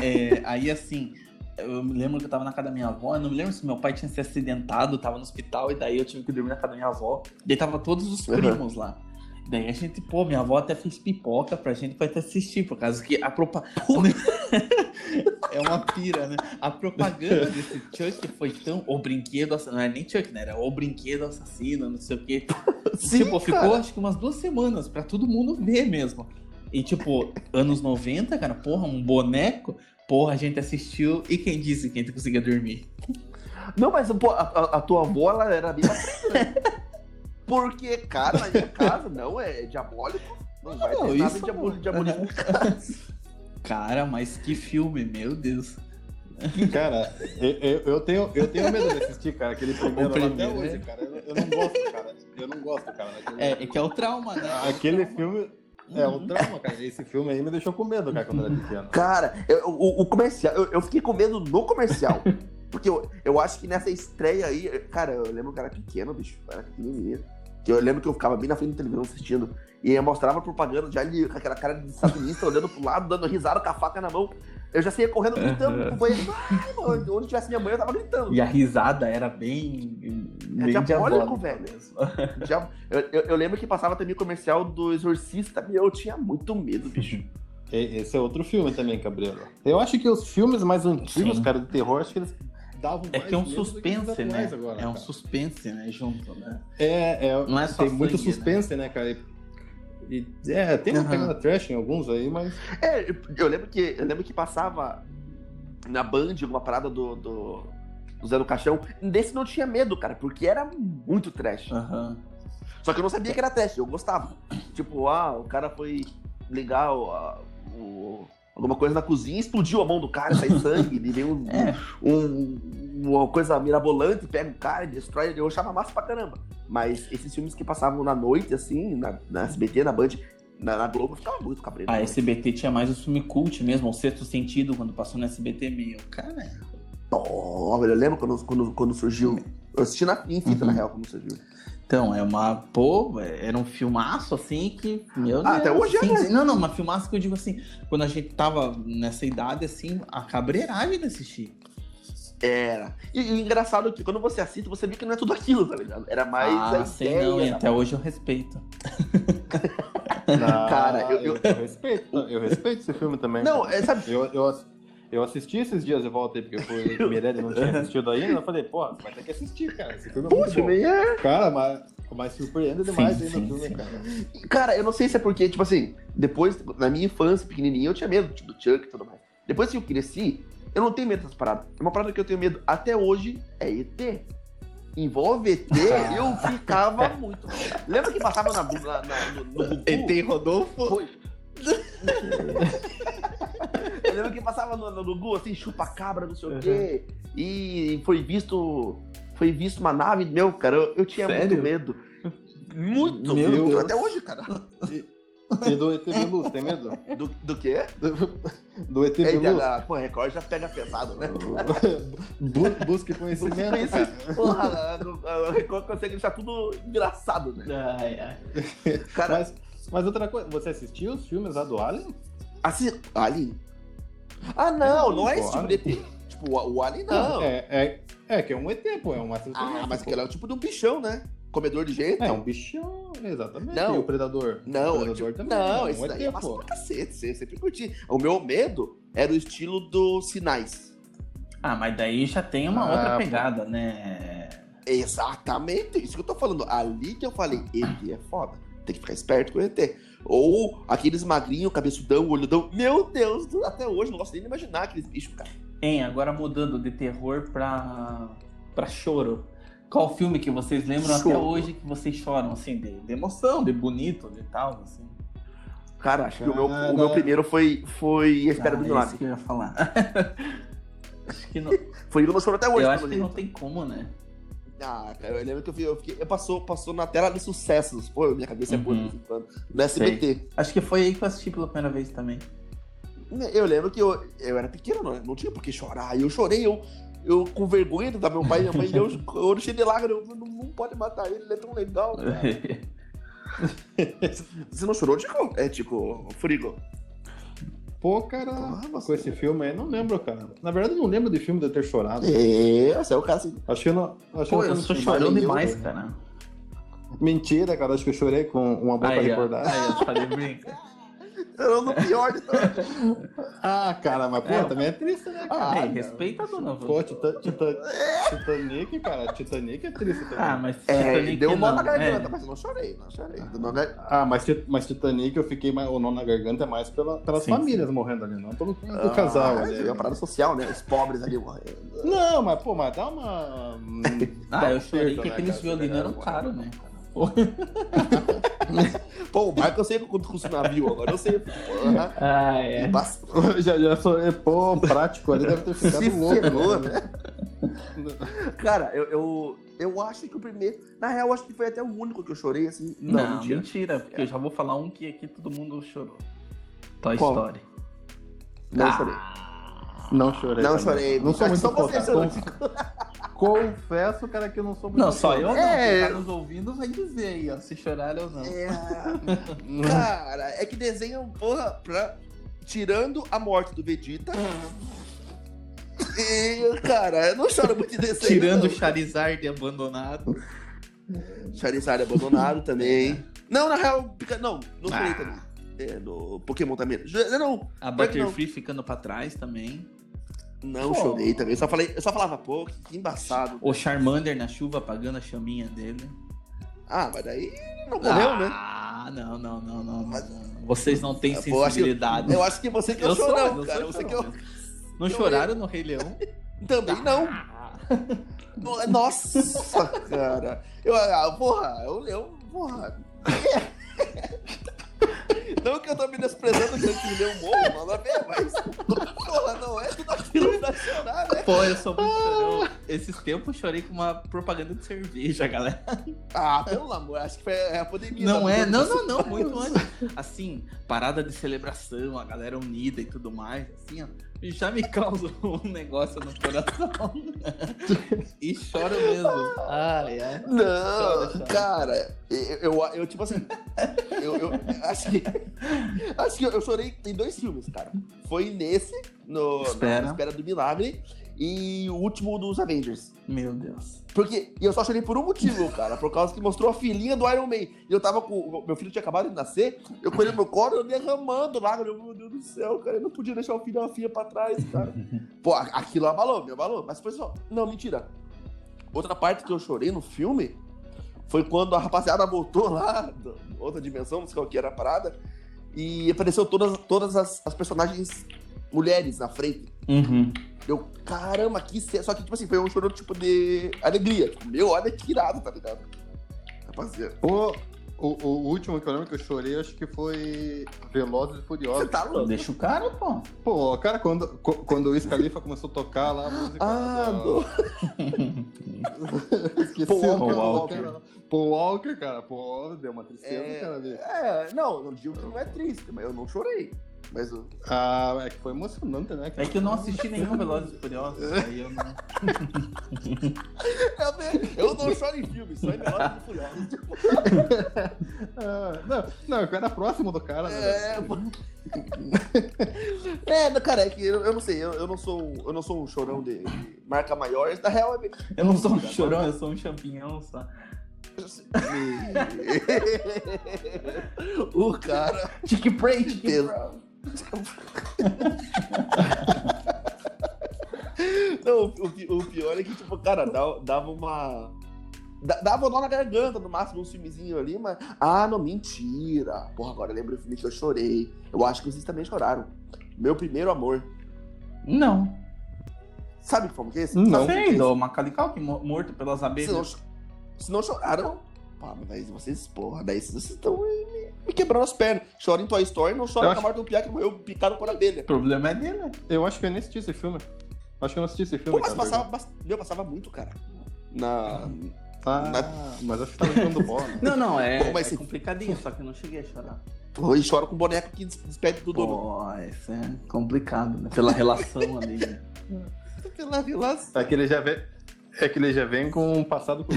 É, aí assim, eu me lembro que eu tava na casa da minha avó, eu não me lembro se meu pai tinha se acidentado, tava no hospital, e daí eu tive que dormir na casa da minha avó. E aí tava todos os
Uhum.
primos lá. Daí a gente, pô, minha avó até fez pipoca pra gente pra até assistir, por causa que a propaganda. é uma pira, né? A propaganda desse Chuck foi tão. O brinquedo assassino. Não é nem Chuck, né? Era o brinquedo assassino, não sei o quê.
Sim, cara.
tipo, ficou acho que umas duas semanas pra todo mundo ver mesmo. E tipo, anos 90, cara, porra, um boneco, porra, a gente assistiu e quem disse que a gente conseguia dormir?
Não, mas pô, a, a- a tua avó ela né? era bem bacana. Porque, cara, na minha casa, não, é diabólico. Não vai
Não,
ter nada
isso é um
de abuso, de
não.
abuso de casa.
Cara, mas que filme, meu Deus.
Cara, eu, eu- eu tenho, eu tenho medo de assistir, cara, aquele primeiro, lá até
primeiro,
hoje,
né?
cara. Eu, eu não gosto, cara. Eu não gosto, cara. daquele-
É, é que é o trauma, né?
Aquele filme é
Uhum.
um trauma, cara. Esse filme aí me deixou com medo, cara, quando eu era pequeno.
Cara, eu- o, o comercial, eu, eu fiquei com medo no comercial. Porque eu, eu acho que nessa estreia aí, cara, eu lembro que eu era pequeno, bicho, eu era pequenininho. Que eu lembro que eu ficava bem na frente da televisão assistindo. E aí mostrava propaganda já ali, com aquela cara de estadunista olhando pro lado, dando risada com a faca na mão. Eu já saía correndo gritando pro banheiro. Ai, mano, onde tivesse minha mãe, eu tava gritando.
E a risada era bem. bem
É diabólico,
diabólica
velho.
mesmo.
Já- eu, eu- eu lembro que passava também o comercial do Exorcista. Meu, eu tinha muito medo, bicho.
E- Esse é outro filme também, Gabriela. Eu acho que os filmes mais antigos,
Sim.
cara, de terror, acho que eles davam
É
mais
que é um
medo do que os
suspense, né?
atuais agora,
é um
cara.
suspense, né? Junto, né?
É, é,
Não é só
tem muito
sangue, né?
suspense, né, cara? E- e- é, tem uma
Aham.
pegada trash em alguns aí, mas.
É, eu- eu lembro que eu lembro que passava na Band alguma parada do, do, do Zé do Caixão. Desse não tinha medo, cara, porque era muito trash.
Aham.
Só que eu não sabia que era trash, eu gostava. Tipo, ah, o cara foi ligar o- a- o- alguma coisa na cozinha, explodiu a mão do cara, sai sangue, ele vem um,
É.
um- uma coisa mirabolante, pega o cara, e destrói ele. Eu achava massa pra caramba. Mas esses filmes que passavam na noite, assim, na, na SBT, na Band, na, na Globo, eu ficava muito cabreiro.
A SBT tinha mais o filme cult mesmo, o sexto sentido, quando passou no SBT meio. Cara,
Nossa, velho, eu lembro quando, quando, quando surgiu. Eu assisti na em fita,
Uhum.
na real, quando surgiu.
então, é uma. Pô, era um filmaço assim que. Meu
Ah,
Deus,
até hoje é,
assim,
né?
assim, Não, não, mas filmaço que eu digo assim, quando a gente tava nessa idade, assim, a cabreiragem de assistir.
Era. E, e o engraçado é que quando você assiste, você vê que não é tudo aquilo, tá ligado? Era mais.
ah,
a
sei
ideia
não, e
da-
até hoje eu respeito.
Cara, eu- eu-
respeito. Eu respeito esse filme também.
Não,
cara.
é, sabe?
Eu, eu, ass- eu assisti esses dias de volta aí, porque eu fui. Mirelle não tinha assistido ainda. Eu falei, porra, você vai ter que assistir, cara. Esse filme é
Pô,
muito
esse
bom.
filme é.
Cara, mas, mas surpreende
Sim,
demais aí
sim,
no filme,
sim.
cara.
Cara, eu não sei se é porque, tipo assim, depois, na minha infância, pequenininho, eu tinha medo tipo, do Chuck e tudo mais. Depois que eu cresci, eu não tenho medo dessas paradas. É Uma parada que eu tenho medo até hoje é ET. Envolve ET, eu ficava muito. Lembra que passava na, na, na- no, no Gugu?
Rodolfo?
Eu lembro que passava no, no Gugu, assim, chupa-cabra, não sei o quê. E foi visto. Foi visto uma nave, meu, cara, eu, eu tinha muito
Sério?
medo. Muito
Meu
medo.
Deus.
Até hoje, cara.
E do ET Bilu, tem medo?
Do, do quê?
Do, do ET
É,
então,
Bilu?
a, pô, Record já pega pesado, né?
Bu- Busque conhecimento, cara.
Porra, a- a- a Record consegue deixar tudo engraçado, né?
Ai, ai.
Cara,
Mas, mas outra coisa, você assistiu os filmes lá do Alien?
assim, Alien. Ah, não, não é esse tipo de
Alien.
ET. Tipo, o, o Alien não.
É, é, é que é um ET, pô, é um
Ah,
extraterrestre,
mas
pô.
aquele é o tipo de um bichão, né? Comedor de jeito.
É um bichão, exatamente.
Não.
E o Predador? o
Não, eu, tipo,
Predador também. é
não,
um
esse
ET,
daí é massa
pô.
pra cacete, você sempre curti. O meu medo era o estilo dos sinais.
Ah, mas daí já tem uma
Ah,
outra
pô.
pegada, né?
Exatamente isso que eu tô falando. Ali que eu falei, ET é foda. Tem que ficar esperto com o ET. Ou aqueles magrinhos, cabeçudão, olhudão. Meu Deus, até hoje não gosto nem de imaginar aqueles bichos, cara.
Hein, agora mudando de terror pra, pra choro. Qual filme que vocês lembram até
Choro.
hoje que vocês choram, assim, de, de emoção, de bonito, de tal, assim?
Cara, acho que o meu,
Cara.
o meu primeiro foi, foi A Espera
Ah,
do
é
Milagre.
isso que eu ia falar. acho que não,
Foi o meu choro até hoje.
eu
tá
acho que
bonito.
não tem como, né?
Ah, cara, eu lembro que eu, vi, eu fiquei. Eu passou, passou na tela de sucessos. Pô, minha cabeça é boa de
Uhum.
vez em quando. No SBT.
Acho que foi aí que eu assisti pela primeira vez também.
Eu lembro que eu, eu era pequeno, não, não tinha por que chorar. E eu chorei, eu, eu com vergonha do meu pai e minha mãe, eu, eu cheio de lágrimas, eu, não, não pode matar ele, ele é tão legal. cara. Você não chorou, Tico? É, Tico, Frigo.
Pô, cara,
Porra, você-
com esse filme aí, não lembro, cara. Na verdade, eu não lembro de filme de eu ter chorado.
É, você é o cara assim.
Acho que eu não. Acho
Pô,
que
eu
não
sou
tenho
chorão
nenhum.
demais, cara.
Mentira, cara, acho que eu chorei com uma boca
Aí, ó,
recordada.
aí, ó, falei brinca.
Era no pior né? de todos.
Ah, cara, mas pô,
É.
também é triste, né?
Ah,
Ei,
cara.
respeita a dona
Pô,
Vânia.
Tita- Tita- Titanic, cara, Titanic é triste também.
Ah, mas
É,
Titanic
deu uma na
não,
garganta,
é.
mas eu não chorei, não chorei.
Ah.
Não, né?
Ah, mas, Ti- mas Titanic eu fiquei mais, o nó na garganta é mais pela, pelas
Sim,
famílias morrendo ali, não pelo, pelo casal.
Ah,
ali.
É uma parada social, né? Os pobres ali morrendo.
Não, mas pô, mas dá uma. hum,
Ah, eu chorei
Aperto,
que
né,
aqueles
cara,
violinos né?
cara,
eram
cara.
caros, né?
Pô, o Marco eu sei quanto custa o navio, agora eu sei. Porra.
Ah, é.
Basta-
já, já falei, pô, um prático ali deve ter ficado
Se
louco.
ferrou,
né?
Cara, eu, eu, eu acho que o primeiro. Na real, eu acho que foi até o único que eu chorei, assim. Não,
Não, mentira.
mentira.
porque eu já vou falar um que aqui todo mundo chorou. Toy
Qual?
Story.
Não
Ah,
chorei.
Não chorei.
Não
também.
chorei.
Não sou
Acho
muito
que só você
focado.
chorou.
Confesso, cara, que eu não sou muito
Não, só eu não.
É,
Quem tá nos ouvindo vai dizer aí, ó, se chorar ou não.
É, cara, é que desenham, porra, pra... tirando a morte do Vegeta. E, cara, eu não choro muito de desenho.
Tirando o
não.
Charizard abandonado.
Charizard abandonado também. Não, na real, pica- não, não chorei
É. Ah.
também. É, no Pokémon também. Ju- Não,
A
Pior que não.
Butterfree ficando pra trás também.
não
Pô.
chorei também. Eu só, falei, eu só falava, pô, que que embaçado.
O Charmander na chuva apagando a chaminha dele.
Ah, mas daí não morreu, né?
Ah, não, não, não, não. não,
Mas-
não. Vocês não têm
Pô, acho que-
sensibilidade.
Eu acho que você que eu,
sou,
chorão,
eu
cara.
sou
você que é eu...
chorão mesmo. Não choraram no Rei Leão?
Também não. No- Tá. é, Nossa, cara. Eu, ah, porra, eu, eu, porra. Não que eu tô me desprezando que eu tirei um morro, nada a ver, mas. Porra, não é tudo aquilo pra chorar, né?
Pô, eu sou muito chorão. Esses tempos eu chorei com uma propaganda de cerveja, galera.
Ah, pelo amor, acho que foi é a pandemia.
Não
tá
é,
tudo
não,
isso.
não, não, muito antes. Assim, parada de celebração, a galera unida e tudo mais, assim, ó. Já me causa um negócio no coração. E choro mesmo. Ai, ai. Chora,
Não,
chora.
cara, eu, eu, eu, tipo assim, eu, eu acho que, acho que eu, eu chorei em dois filmes, cara. Foi nesse, no
Espera.
na Espera do Milagre, e o último dos Avengers.
Meu Deus.
Porque e eu só chorei por um motivo, cara. Por causa que mostrou a filhinha do Iron Man. E eu tava com. Meu filho tinha acabado de nascer, eu com ele no meu colo, eu derramando lá. Eu, meu Deus do céu, cara, eu não podia deixar o filho da filha pra trás, cara. Pô, a- aquilo abalou, me abalou. Mas foi só. Não, mentira. Outra parte que eu chorei no filme foi quando a rapaziada voltou lá, do- outra dimensão, não sei qual que era a parada, e apareceu todas, todas as, as personagens mulheres na frente.
Uhum.
Eu, caramba, que cena. Só que, tipo assim, foi um choro, tipo, de alegria. Tipo, meu, olha que irado, tá ligado? Rapaziada.
O, o, o último que eu lembro que eu chorei, acho que foi Velozes e
Você
Furiosos.
tá louco?
Deixa o cara, pô.
Pô, cara, quando, co- quando o Wiz Khalifa começou a tocar lá a música...
Ah,
do-
do...
Esqueci
Paul
o nome
Walker.
do cara. Paul Walker, cara. Paul Walker deu uma tristeza,
É.
cara. dele.
É, não, não digo que não é triste, mas eu não chorei. Mas eu...
Ah, é que foi emocionante, né,
É
cara?
que eu não assisti nenhum Velozes e Furiosos, aí eu não...
eu não choro em filme, só em Velozes e Furiosos. Tipo,
Ah, não, não, eu era próximo do cara, né?
é, pô. é, não, cara, é que eu, eu não sei, eu, eu não sou, eu não sou um chorão de, de marca maior. Na real, é bem-
Eu não sou um chorão, eu sou um champignon, só.
o cara
Tique Prey, Tique
Peso.
Prey.
Não, o, pi- o pior é que, tipo, cara, dá- dava uma. dá- Dava um nó na garganta, no máximo um filmezinho ali, mas. Ah, não, mentira! Porra, agora eu lembro o filme que eu chorei. Eu acho que vocês também choraram. Meu primeiro amor.
Não.
Sabe que filme que é esse?
Não.
Tá vendo? O Macalical que mo- morto pelas
Se não,
abelhas.
cho- se não choraram. Pá, mas vocês, porra, daí vocês estão aí me, me quebrando as pernas. Chora em Toy Story, não chora
Eu
na
acho-
morte do piá que morreu picado por abelha.
O problema é dele, né?
Eu acho que eu nem assisti esse filme. Acho que eu não assisti esse
Pô,
filme,
mas
cara.
passava, bast- meu, passava muito, cara. Na.
Ah, mas acho que tava jogando bola. né?
Não, não, é,
Pô, mas
é
se-
complicadinho, só que eu não cheguei a chorar.
Pô, E chora com o boneco que des- despede do dono.
Pô, isso é complicado, né? Pela relação ali. né?
Pela relação.
É que ele já vem, é que ele já vem com um passado com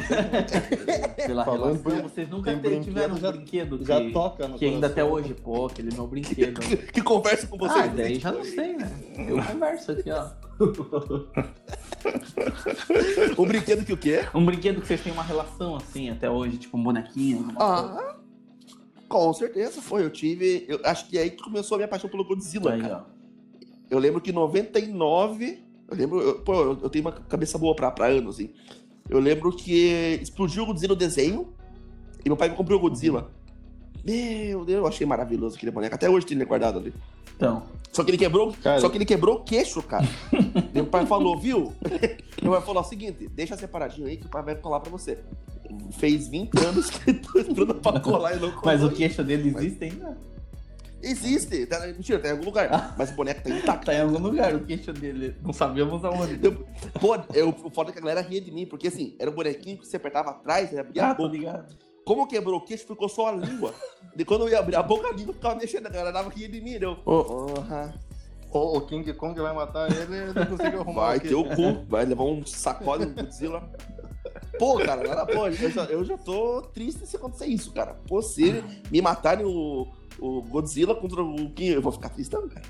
Pela
Falou em
relação.
brin-
Vocês nunca
em
te- tiveram
brinquedo,
um
já-
brinquedo que,
já toca no
que ainda até
coração.
hoje, pô, aquele meu brinquedo.
Que, que conversa com você.
ah, daí já não sei, né? Eu converso aqui, ó.
O brinquedo que o quê?
Um brinquedo que vocês têm uma relação assim até hoje, tipo um bonequinho, alguma coisa.
Ah, com certeza foi. Eu tive. Eu acho que é aí que começou a minha paixão pelo Godzilla.
Aí,
cara.
ó.
Eu lembro que em 99. Eu lembro. eu- pô, eu, eu tenho uma cabeça boa pra, pra anos, assim. Eu lembro que explodiu o Godzilla o desenho. E meu pai me comprou o Godzilla. Meu Deus, eu achei maravilhoso aquele boneco. Até hoje tem ele guardado ali.
Então,
Só que ele quebrou,
Cara.
só que ele quebrou o queixo, cara. meu pai falou, viu? Meu pai falou o seguinte, deixa separadinho aí que o pai vai colar pra você. fez 20 anos que tô esperando pra colar e não colou.
Mas o queixo dele existe ainda?
Existe. Tá, mentira, tá em algum lugar. Mas o boneco tá intacto.
Tá em algum lugar o queixo dele. Não sabemos aonde.
Pô, eu, o foda é que a galera ria de mim, porque assim, era um bonequinho que você apertava atrás, ele abria a
Ah, tô
boca.
ligado.
Como quebrou o queixo, ficou só a língua. De quando eu ia abrir a boca, a língua ficava mexendo, a galera dava ria de mim, deu. Porra.
O, o King Kong vai matar ele, eu não consigo arrumar
Vai
aqui.
ter o cu, vai levar um sacode no Godzilla. Pô, cara, agora, pô, eu já, eu já tô triste se acontecer isso, cara. Pô, se me matarem o, o Godzilla contra o King, eu vou ficar tristão, cara.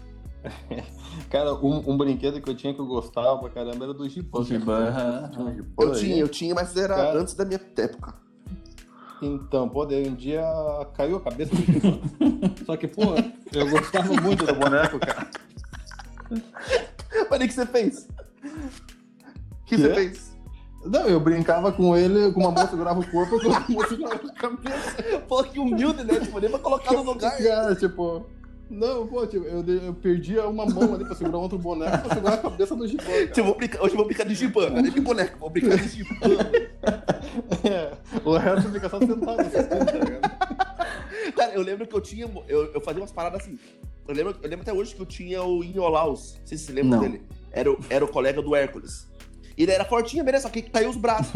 Cara, um, um brinquedo que eu tinha que eu gostava pra caramba era do Giban.
Giban, aham.
Eu tinha, eu tinha, mas era
Cara.
antes da minha época.
Então, pô, daí um dia caiu a cabeça do Giban. Só que, pô, eu gostava muito do boneco, cara.
Mas o que você fez? O que
Quê?
você fez?
Não, eu brincava com ele, com uma moça grava o corpo, com uma moça grava a cabeça.
Pô, que humilde, né? Tipo, nem pra colocar no lugar.
Cara, tipo. Não, pô, tipo, eu, de- eu perdia uma mão ali pra segurar outro boneco pra segurar a cabeça do Giban. cara.
Tipo, eu vou brincar- hoje eu vou brincar de gibana, né? de boneco, vou brincar de gibana.
É, o resto fica só sentado assistindo, tá ligado?
Cara, eu lembro que eu tinha. Eu, eu fazia umas paradas assim. Eu lembro, eu lembro até hoje que eu tinha o Inholaus. Não sei se você lembra
Não.
dele. Era, o- era o colega do Hércules. Ele era fortinho mesmo, só que caiu os braços.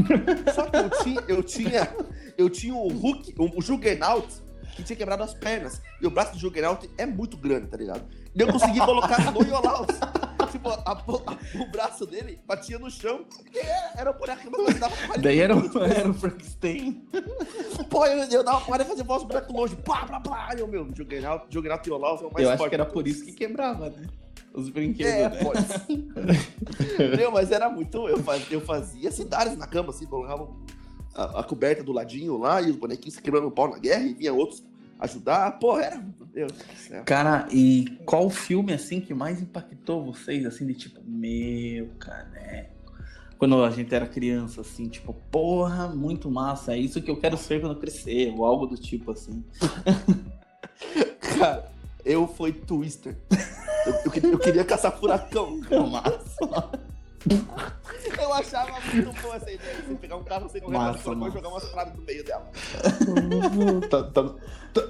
só que eu tinha, eu tinha. Eu tinha o Hulk, o, o Juggernaut, que tinha quebrado as pernas. E o braço do Juggernaut é muito grande, tá ligado? E eu consegui colocar no Inholaus. Tipo, a po- a- o braço dele batia no chão. E era, era o boneco que eu dava pra
Daí era o, era o Frankenstein.
Pô, eu, eu dava para fazer voz branco longe. Pá, pá, pá. Aí Eu, meu, Juggernaut Juggernaut e Olaus é o mais
Eu acho
forte.
que era por isso que quebrava, né? Os brinquedos,
É,
né?
pode. Meu, mas era muito. Eu fazia, eu fazia cidades na cama, assim, colocava a, a coberta do ladinho lá e os bonequinhos se quebrando o pau na guerra e vinha outros ajudar. Pô, era. Meu Deus do céu.
Cara, e qual filme assim que mais impactou vocês, assim, de tipo, meu caneco? Quando a gente era criança, assim, tipo, porra, muito massa, é isso que eu quero ser quando eu crescer, ou algo do tipo assim.
Cara, eu fui Twister. Eu, eu queria- eu queria caçar furacão.
Então, massa.
Eu achava muito boa essa ideia. Você pegar um carro, você correr
Massa,
atrás do furacão e
massa.
jogar umas paradas no meio dela.
Tá, tá, tá,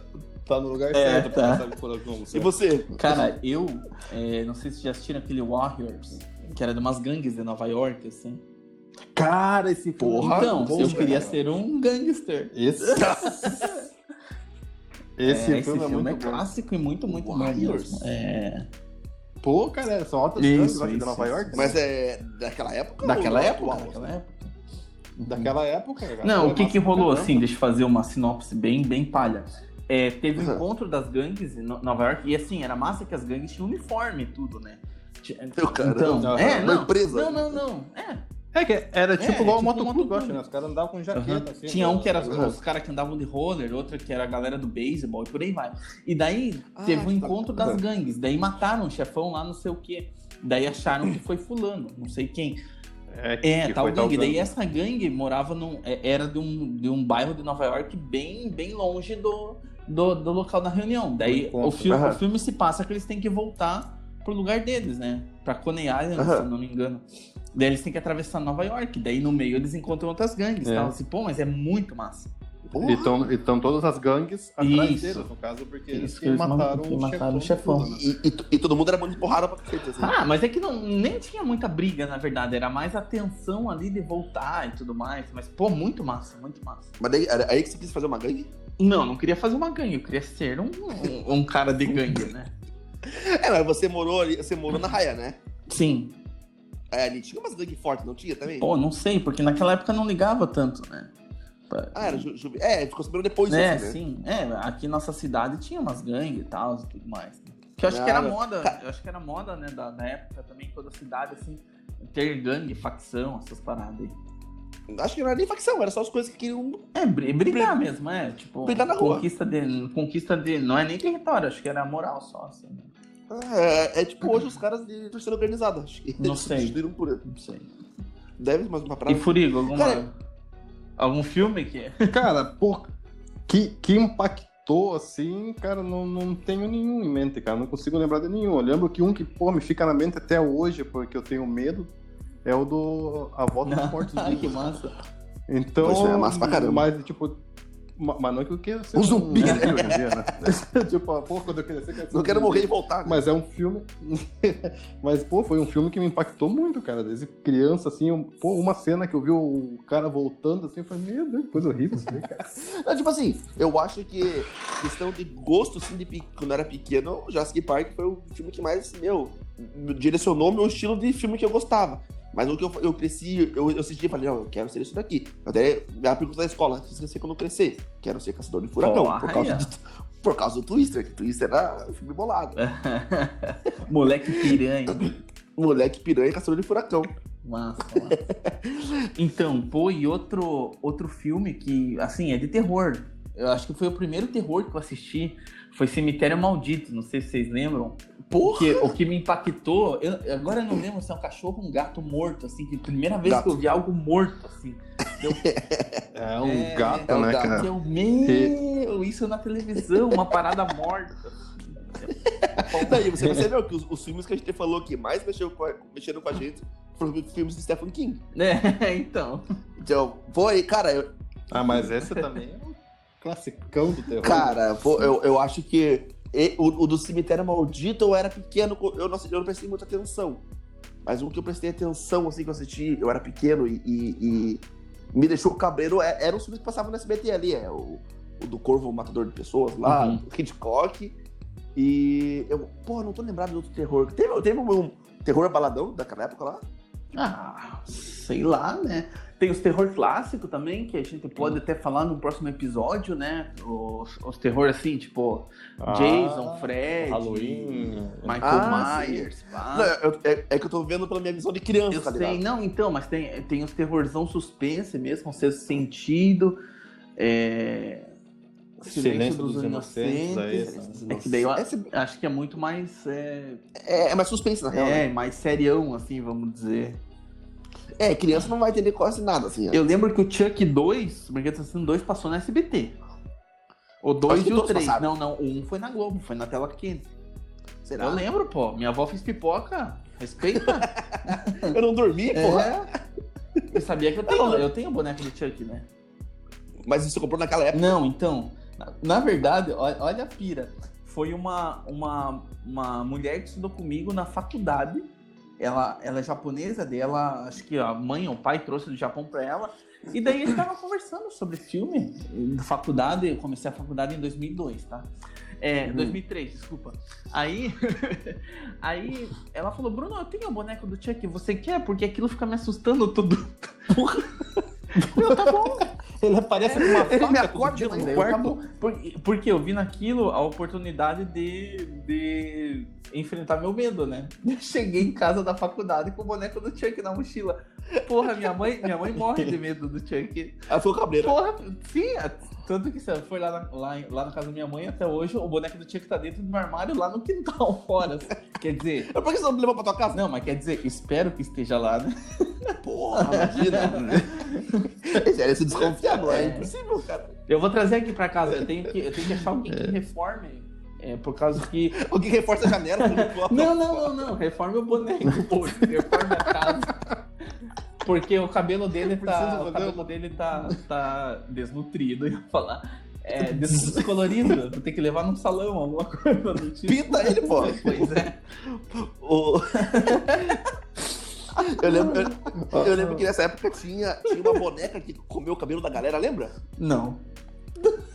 tá no lugar
É,
certo pra
tá.
saber quando eu como,
E
certo?
você?
Cara, eu é, não sei se vocês já assistiram aquele Warriors, que era de umas gangues de Nova York, assim.
Cara, esse
Porra,
então,
bom,
eu queria
cara.
ser um gangster.
Esse, esse
é,
filme é muito bom.
clássico e muito, muito bom.
Warriors?
mesmo. É.
Pô, cara, né? são altas
Isso,
gangues, eu acho, de
isso,
Nova
isso,
York.
Mas é daquela época?
Daquela
ou
época?
atual?
Daquela época.
Daquela época, cara.
Não,
Pô,
o que,
massa
que
pra
rolou
caramba.
assim? Deixa eu fazer uma sinopse bem, bem palha. É, teve um
Uhum.
encontro das gangues em No- Nova York e assim, era massa que as gangues tinham uniforme e tudo, né? Ti-
Meu caramba.
Então, é,
Uma
não,
empresa.
não, não, não. É.
É que era tipo
É,
igual
tipo
o Moto
um
Moto Ghost,
clube.
né? Os caras andavam com jaqueta,
Aham.
assim.
Tinha um que era os,
Aham.
os caras que andavam de roller, outro que era a galera do beisebol e por aí vai. E daí
Ah,
teve um
tá.
encontro das
Aham.
gangues, daí mataram o chefão lá, não sei o quê. Daí acharam que foi fulano, não sei quem. É,
que
tal
foi
gangue.
tal
Daí
gangue.
essa gangue morava num. é- Era de um, de um bairro de Nova York bem, bem longe do, do, do local da reunião. Daí
encontro.
o filme,
Aham.
o filme se passa que eles têm que voltar pro lugar deles, né? Pra Coney Island,
Aham.
se eu não me engano. Daí eles têm que atravessar Nova York. Daí no meio eles encontram outras gangues.
É.
Tal. Assim, Pô, mas é muito massa.
Porra.
Então, então todas as gangues atrás
Isso.
deles, no caso, porque
Isso,
eles que
eles
mataram,
matam- que
o
mataram o chefão.
chefão. tudo, né?
E, e- e todo mundo era muito porrada pra cacete, assim.
Ah, mas é que não, nem tinha muita briga, na verdade. Era mais a tensão ali de voltar e tudo mais. Mas, pô, muito massa, muito massa.
Mas daí, era aí que você quis fazer uma gangue?
Não, não queria fazer uma gangue. Eu queria ser um, um, um cara de gangue, né?
É, mas você morou ali, você morou na Raia, né?
Sim.
É, ali tinha umas gangues fortes, não tinha também?
Pô, não sei, porque naquela época não ligava tanto, né? Pra-
Ah, era ju, ju- É, ficou sabendo depois
é,
disso, né?
sim. É, aqui nossa cidade tinha umas gangues e tal e tudo mais. Que eu acho que
Cara,
era moda, eu acho que era moda, né, da, da época também, toda cidade, assim, ter gangue, facção, essas paradas aí.
Acho que não era nem facção, era só as coisas que queriam.
É, bri- brigar mesmo, é, tipo,
Brigar na rua.
conquista de, conquista de, não é nem território, acho que era moral só, assim, né?
Ah, É, é tipo hoje os caras de torcida organizada. Acho que
Não
eles
sei.
substituíram por.
não sei.
Deve mais uma
E
parada.
Furigo, alguma,
Cara-
algum filme que é?
Cara, pô, que, que impactou, assim, cara, não, não tenho nenhum em mente, cara. Não consigo lembrar de nenhum. Eu lembro que um que, pô, me fica na mente até hoje, porque eu tenho medo, é o do A Volta dos Mortos
Ai, que
Vivos.
massa.
Então.
Pois é, massa pra caramba.
Mas, tipo. ma- Mas não é que eu queira ser.
Um zumbi, né?
zumbi hoje em dia, né? tipo, pô, quando eu queria ser. quero ser
Não
um
quero
zumbi.
morrer e voltar. né?
Mas é um filme. Mas, pô, foi um filme que me impactou muito, cara. Desde criança, assim, um- pô, uma cena que eu vi o cara voltando, assim, eu falei, meu Deus, que coisa horrível isso aí, cara.
Não, tipo assim, eu acho que questão de gosto, assim, de, pe- quando eu era pequeno, o Jurassic Park foi o filme que mais, meu, me direcionou meu estilo de filme que eu gostava. Mas o que eu, eu cresci, eu, eu assisti e falei, não, eu quero ser isso daqui. Até a pergunta da escola, o que você quer ser quando eu crescer? Quero ser caçador de furacão,
Olha.
por causa, do, por causa do Twister, que Twister era um filme bolado.
Moleque piranha.
Moleque piranha e caçador de furacão.
Massa, massa. Então, pô, e outro, outro filme que, assim, é de terror. Eu acho que foi o primeiro terror que eu assisti. Foi Cemitério Maldito, não sei se vocês lembram.
Porra!
Porque o que me impactou, eu- agora eu não lembro se é um cachorro ou um gato morto, assim, que a primeira vez
Gato.
que eu vi algo morto, assim.
É um
É,
gato,
é um
né,
gato.
cara?
Que eu, meu, isso na televisão, uma parada morta.
Daí você percebeu que os, os filmes que a gente falou que mais mexeu com a- mexeram com a gente foram os filmes de Stephen King.
É, então.
Então, foi, cara, eu,
Ah, mas essa também é um classicão do terror.
Cara, pô, eu, eu acho que e- o, o do cemitério maldito eu era pequeno, eu não, eu não prestei muita atenção. Mas um que eu prestei atenção, assim, que eu assisti, eu era pequeno e, e- e me deixou cabreiro, é, era os filmes que passavam no SBT ali, é o, o do Corvo Matador de Pessoas lá,
Uhum.
do Hitchcock. E eu, pô, não tô lembrado de outro terror. Teve, teve um, um terror baladão daquela época lá?
Ah, sei lá, né? Tem os terror clássico também, que a gente pode até falar no próximo episódio, né? Os, os terror assim, tipo
Ah,
Jason, Fred,
Halloween.
Michael
Ah, sim.
Myers. pá.
Não, eu- é, é que eu tô vendo pela minha visão de criança,
eu
tá
sei,
ligado?
não, então, mas tem, tem os terrorzão suspense mesmo, o sexto sentido. É...
Silêncio dos Inocentes, aí,
essa-
É que daí eu a-
Essa-
acho que é muito mais. É,
É, é mais suspense, na real. né?
é, mais serião, assim, vamos dizer.
É, criança não vai entender quase nada, assim. ó.
Eu lembro que o Chuck 2, Brinquedo Assassino 2, passou na SBT. O 2
Acho que
e o
todos
3.
passaram.
Não, não. O 1 foi na Globo, foi na tela quente.
Será?
Eu lembro, pô. Minha avó fez pipoca. Respeita.
Eu não dormi, porra.
É. Eu sabia que eu tenho. Eu tenho o boneco do Chuck, né?
Mas você comprou naquela época.
Não, então. na- Na verdade, ó- olha a pira. Foi uma, uma, uma mulher que estudou comigo na faculdade. Ela, ela é japonesa dela, acho que a mãe ou o pai trouxe do Japão pra ela. E daí a gente tava conversando sobre filme da faculdade. Eu comecei a faculdade em 2002, tá? É,
Hum.
2003, desculpa. Aí, aí ela falou: Bruno, eu tenho o boneco do Chuck, você quer? Porque aquilo fica me assustando todo. Eu, tá bom,
Ele aparece com uma
Ele me
faca todo
acorda
dia
de
né?
no
manhã,
quarto.
acabou.
um Por- Porque eu vi naquilo a oportunidade de, de enfrentar meu medo, né? Eu cheguei em casa da faculdade com o boneco do Chuck na mochila. Porra, minha mãe, minha mãe morre de medo do Chuck.
Aí foi o cabreiro.
Porra, sim, a- tanto que se eu for lá na, lá, em- lá na casa da minha mãe até hoje, o boneco do Chuck tá dentro do meu armário lá no quintal fora. assim. Quer dizer.
Mas Por que você não me levou pra tua casa?
Não, mas quer dizer, espero que esteja lá, né?
Porra, imagina. Esse era esse desconfiado, é,
É.
impossível, cara.
Eu vou trazer aqui pra casa, eu tenho que, eu tenho que achar alguém que reforme. é, por causa que
O que reforça a janela?
Não, não, não, não. Reforme o boneco, pô. Reforme a casa. Porque o cabelo dele
Precisa
tá.
fazer um-
O cabelo dele tá, tá desnutrido, eu ia falar. É, des- descolorido. Vou ter que levar num salão, alguma coisa do tipo.
Pinta ele, pô.
Pois é.
O- Eu lembro, eu, eu lembro que nessa época tinha, tinha uma boneca que comeu o cabelo da galera, lembra?
Não.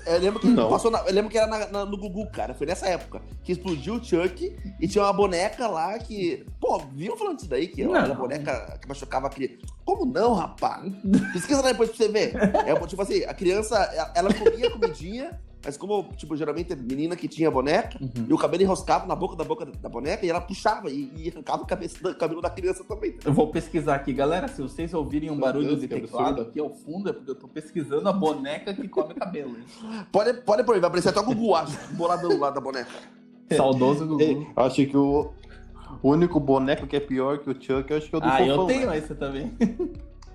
Eu lembro que
Não.
passou na- eu lembro que era na- na- no Gugu, cara. Foi nessa época que explodiu o Chuck e tinha uma boneca lá que. Pô, viram falando disso daí? Que
Não.
era a boneca que machucava a criança. Como não, rapaz? Pesquisa lá depois pra você ver. É, tipo assim, a criança, ela- ela comia comidinha, mas como, tipo, geralmente a menina que tinha boneca, e o cabelo enroscava na boca da boca da boneca e ela puxava e, e arrancava o cabeça- o cabelo da criança também.
Eu vou pesquisar aqui, galera. Se vocês ouvirem um
Meu
barulho
Deus,
de
que
teclado
absurdo.
aqui ao fundo, é porque eu tô pesquisando a boneca que come cabelo.
Pode, pode pôr, aí, vai aparecer até o Gugu, acho, boladão lá da boneca.
Saudoso
Ei,
Gugu.
É. eu acho que o o único boneco que é pior que o Chuck, eu É, acho que é o do
Ah, eu
Fofão,
tenho
né?
esse também.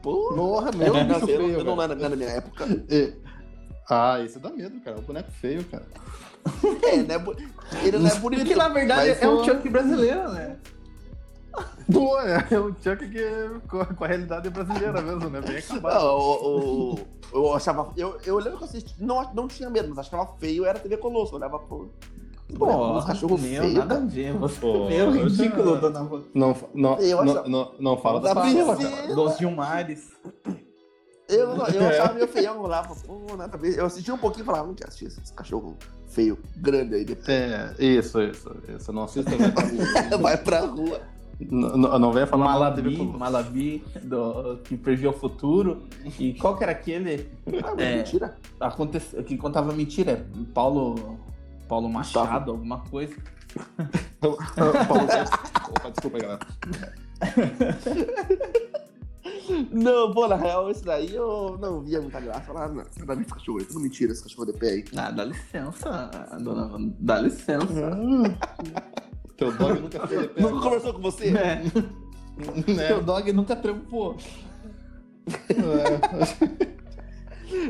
Pô,
Porra, meu,
eu,
bicho
não, eu, não-
feio,
eu não
velho.
era na minha época.
É. Ah, esse dá medo, cara. O boneco feio, cara.
É, né? bo- Ele não é bonito.
Que na verdade
mas
é
o-
um Chuck brasileiro, né?
Pô, é o Chuck que com a- com a realidade brasileira mesmo, né? Bem acabado.
Não, o- o- eu achava. Eu, eu lembro que eu assisti. Não, não tinha medo, mas achava feio, era TV Colosso. Eu olhava pro.
Pô,
os cachorros
meu,
feios,
nada a
cara.
ver. Você
Pô,
meu,
eu já-
ridículo, dona Ro-
Não, fa- não,
Eu
não,
achava-
não, não fala da
Da
Priscila,
Priscila.
cara.
Dos Gilmares.
Eu, não- É. eu achava meio feião, eu olhava, pô, nada a ver. Eu assisti um pouquinho e falava, não quero assistir esses cachorro feio, grande aí. depois
É, isso, isso, isso. Não assista, né?
Vai pra rua.
Não- não, não venha falar mal da TV
Malabi,
Colosso.
Malabi, do, que previu o futuro. E qual que era aquele
Ah,
É.
Mentira.
aconte- que contava mentira? É Paulo, Paulo Machado, alguma coisa.
Paulo Guedes. Opa, desculpa, galera.
Não, pô, na real, isso daí eu não via muita graça. Falava, "Ah, não, nada a ver esse cachorro, é tudo mentira, esse cachorro de pé aí.
Ah, dá licença, dona Wanda, dá licença.
Teu dog nunca né? foi de pé.
Nunca conversou com você?
É.
né?
Teu dog nunca trampou.
é.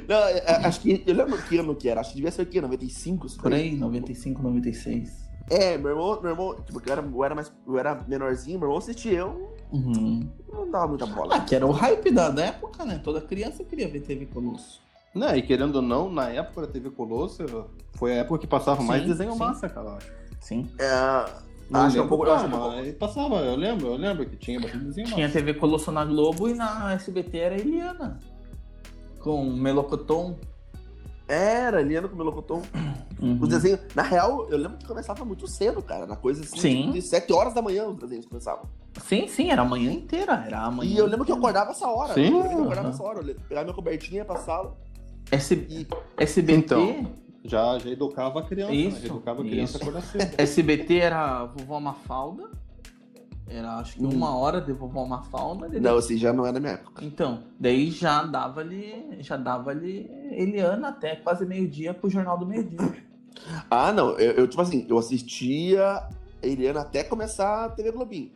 Não, é, é, acho que. Eu lembro que ano que era, acho que devia ser o quê? 95? isso
Por
daí?
aí, 95, 96.
É, meu irmão, meu irmão, tipo, eu era, eu era mais. Eu era menorzinho, meu irmão assistia, eu
Uhum.
não dava muita bola.
Ah, que era o hype da, da época, né? Toda criança queria ver TV Colosso.
Não, Né, e querendo ou não, na época da TV Colosso, foi a época que passava mais
Sim,
desenho
sim.
massa, cara. eu acho.
Sim.
É,
Não
acho que é
lembro
um pouco.
qual,
acho que é um pouco-
mas passava, eu lembro, eu lembro que tinha bastante desenho massa.
Tinha TV Colosso na Globo e na SBT era a Eliana. Com o Melocoton.
Era, Eliana com o Melocoton.
Uhum.
Os desenhos. Na real, eu lembro que começava muito cedo, cara. Na coisa assim,
Sim.
tipo, de 7 horas da manhã os desenhos começavam.
Sim, sim, era a manhã inteira. Era a manhã.
E eu lembro que eu acordava essa hora.
Sim.
Eu lembro que eu acordava
Aham.
essa hora. Eu pegava minha cobertinha, ia pra sala.
S- SBT.
Então. Já, já educava a criança, né?
Isso,
Já educava a criança a
isso.
acordar cedo.
SBT era a Vovó Mafalda. Era acho que
Hum.
uma hora de Vovó Mafalda. daí-
Não, assim, já não era minha época.
Então, daí já dava ali, já dava ali Eliana até quase meio-dia pro Jornal do Meio-Dia.
Ah, não. Eu, eu, tipo assim, eu assistia a Eliana até começar a TV Globinho.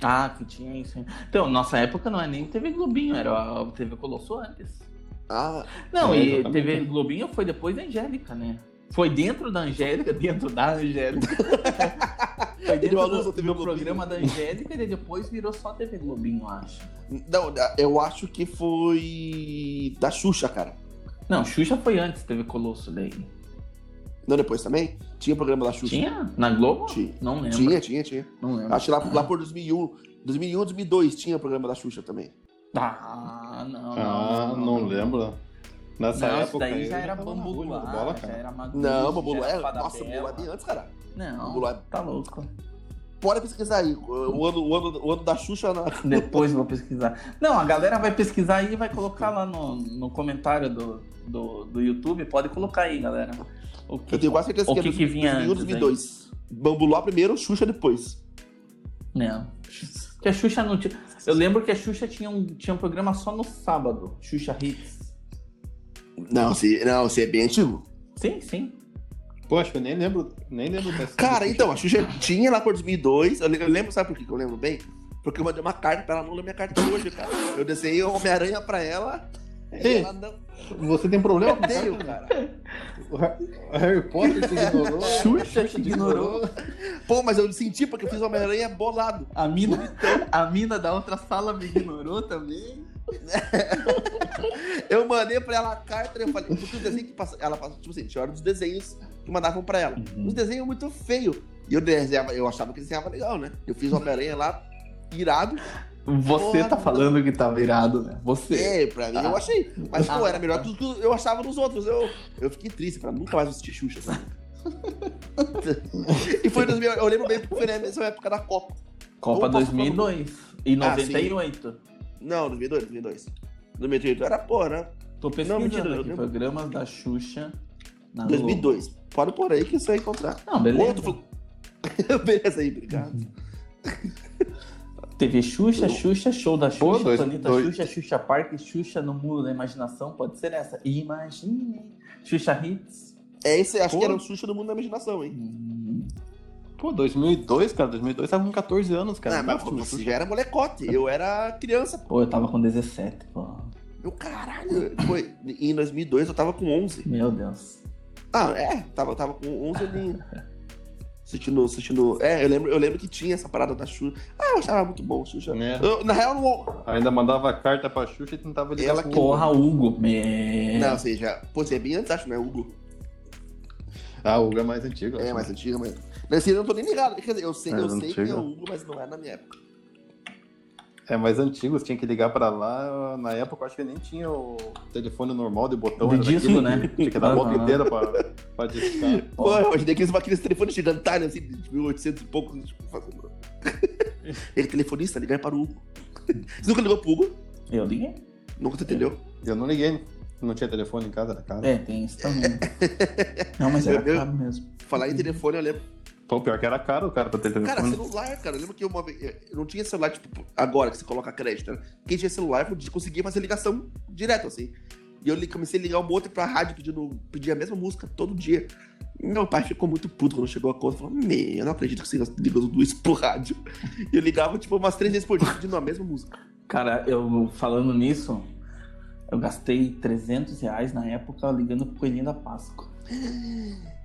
Ah, que tinha isso. hein? Então, nossa época não é nem TV Globinho, era a TV Colosso antes.
Ah,
Não,
É,
e
exatamente.
TV Globinho foi depois da Angélica, né? Foi dentro da Angélica, dentro da Angélica. foi
Ele
dentro
falou
do,
só TV
do
Globinho.
programa da Angélica e depois virou só TV Globinho, eu acho.
não, eu acho que foi da Xuxa, cara.
Não, Xuxa foi antes TV Colosso daí.
Não, depois também? Tinha programa da Xuxa.
Tinha? Na Globo?
Tinha.
Não lembro.
Tinha, tinha, tinha.
Não lembro.
Acho que lá, lá por 2001, 2001, 2002 tinha programa da Xuxa também.
Ah, não.
Ah, não, lembro. Nessa
Não, isso
época
daí
eu
já era
tava na
bambu
bolha
lá,
de bola,
já
cara.
era magu,
Não,
já
Bambu
era
é.
fada
Nossa, Bambu é
bela.
bem antes, cara. Bambu
Não,
é.
tá louco.
Bora pesquisar aí. O ano, o ano, o ano da Xuxa na.
Depois eu vou pesquisar. Não, a galera vai pesquisar aí e vai colocar lá no, no comentário do, do, do YouTube. Pode colocar aí, galera. O que,
Eu tenho quase certeza
o que,
é
que vinha
2001,
antes?
2002. Bambuló primeiro, Xuxa depois.
Aí? Não. É. Porque a Xuxa não tinha... Eu lembro que a Xuxa tinha um, tinha um programa só no sábado. Xuxa Hits.
Não, se, não, se é bem antigo.
Sim, sim.
Pô, acho que eu nem lembro, nem lembro dessa.
Cara, então, a Xuxa tinha lá por 2002. Eu le- eu lembro, sabe por que que eu lembro bem? Porque eu mandei uma carta pra ela, não lembro minha carta até hoje, cara. Eu desenhei o Homem-Aranha pra ela. E
Ei.
ela não
Você tem problema? com
odeio,
carta?
cara.
O Har- o Harry Potter te ignorou.
É,
Xuxa te ignorou.
Pô, mas eu senti porque eu fiz o Homem-Aranha bolado.
A mina,
Então.
a mina da outra sala me ignorou também.
Eu mandei pra ela a carta e eu falei, porque os desenhos que passa, ela passa, tipo assim, tinha hora dos desenhos que mandavam pra ela.
Uhum.
Os desenhos muito feio. E eu desenhava, eu achava que desenhava legal, né? Eu fiz o Homem-Aranha lá, irado.
Você
Porra.
tá falando que tá virado, né? Você.
É, pra mim, eu achei. Mas, pô,
Ah.
era melhor do que eu assava nos outros. Eu, eu fiquei triste, pra nunca mais assistir Xuxa. sabe? e foi em 2000, eu lembro bem porque foi na mesma época da Copa.
Copa
Opa,
2002 e
Ah, sim.
98.
Não, 2002, 2002. 2008 era, pô, né?
Tô
Não,
pesquisando
mentira, eu
aqui,
lembro.
programas da Xuxa na
2002. Pode por aí que você vai encontrar.
Globo. Não, beleza.
Outro... beleza aí, obrigado.
TV Xuxa, Xuxa, Show da Xuxa,
Pô, dois-
Planeta
dois-
Xuxa, Xuxa Park, Xuxa no Mundo da Imaginação, pode ser essa. Imagine, Xuxa Hits.
É esse, acho
Pô.
que era o Xuxa do mundo da imaginação, hein?
Hum,
Pô, 2002, cara. 2002 tava com 14 anos, cara.
Ah, mas
Nossa,
você já era molecote. Eu era criança.
Pô, eu tava com 17, pô.
Meu caralho. Foi, em 2002 eu tava com 11.
Meu Deus.
Ah, é. Tava, tava com 11 ali. Assistindo, assistindo. É, eu lembro, eu lembro que tinha essa parada da Xuxa. Ah, eu achava muito bom, Xuxa.
Né?
Eu, na real, não.
Ainda mandava carta pra Xuxa e tentava ligar
Ela
pro-
Porra, Hugo. É...
Não, ou seja, pô, você é bem antes, acho, né, Hugo?
Ah, o Hugo é mais antigo. eu
É,
acho.
mais antiga, mas. Nesse eu não tô nem ligado. Quer dizer, eu sei,
É,
eu
não
sei que
chega.
é o Hugo, mas não é na minha época.
É mais antigo, você tinha que ligar pra lá. Na época, eu acho que nem tinha o telefone normal de botão.
De
era
disco,
daquilo,
né?
Tinha que dar a
Aham.
volta inteira pra, pra discar.
Pô, eu imaginei aqueles, aqueles telefones gigantários, assim, de 1800 e pouco, tipo, fazendo. Ele é telefonista, ligar para o Hugo. Você nunca ligou pro Hugo?
Eu liguei.
Nunca você entendeu?
Eu não liguei, não tinha telefone em casa, era casa.
É, tem isso também. Não, mas era
Eu- eu-
caro mesmo.
Falar em telefone, eu lembro.
Pô, pior que era caro o cara pra ter telefone.
Cara, celular, cara. Eu lembro que uma vez. Eu não tinha celular, tipo, agora que você coloca crédito. Né? Quem tinha celular eu conseguia fazer ligação direto, assim. E eu li- comecei a ligar um outro pra rádio pedindo, pedir a mesma música todo dia. Meu pai ficou muito puto quando chegou a conta. Falou, meu, eu não acredito que você ligou tudo isso pro rádio. E eu ligava, tipo, umas três vezes por dia pedindo a mesma música.
Cara, eu falando nisso, eu gastei 300 reais na época ligando pro Coelhinho da Páscoa.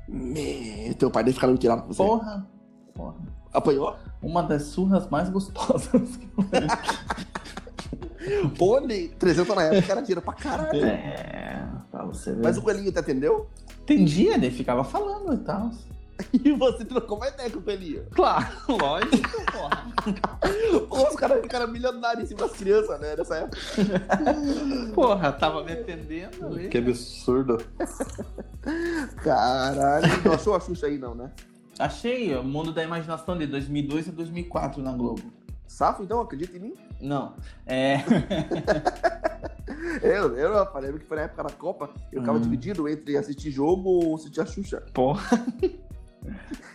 Meu, teu pai deve ficar no tirado com você.
Porra! Porra.
Apanhou?
Uma das surras mais gostosas. que eu lembro.
Pô, ele- 300 na época era dinheiro pra caralho.
é, pra você ver.
Mas o coelhinho tá, te atendeu?
Tem dia, ele ficava falando e tal.
E você trocou uma ideia com o coelhinho.
Claro, lógico, porra.
Pô, os caras ficaram milionários em cima das crianças, né? Nessa época.
Porra, tava me atendendo ali.
Que absurdo.
Caralho. Não achou a Xuxa aí, não, né?
Achei o Mundo da Imaginação de 2002 a 2004 na Globo.
Safo, então, acredita em mim?
Não, é...
Eu, eu rapaz, lembro que foi na época da Copa, eu ficava
Hum.
dividido entre assistir jogo ou assistir a Xuxa.
Porra.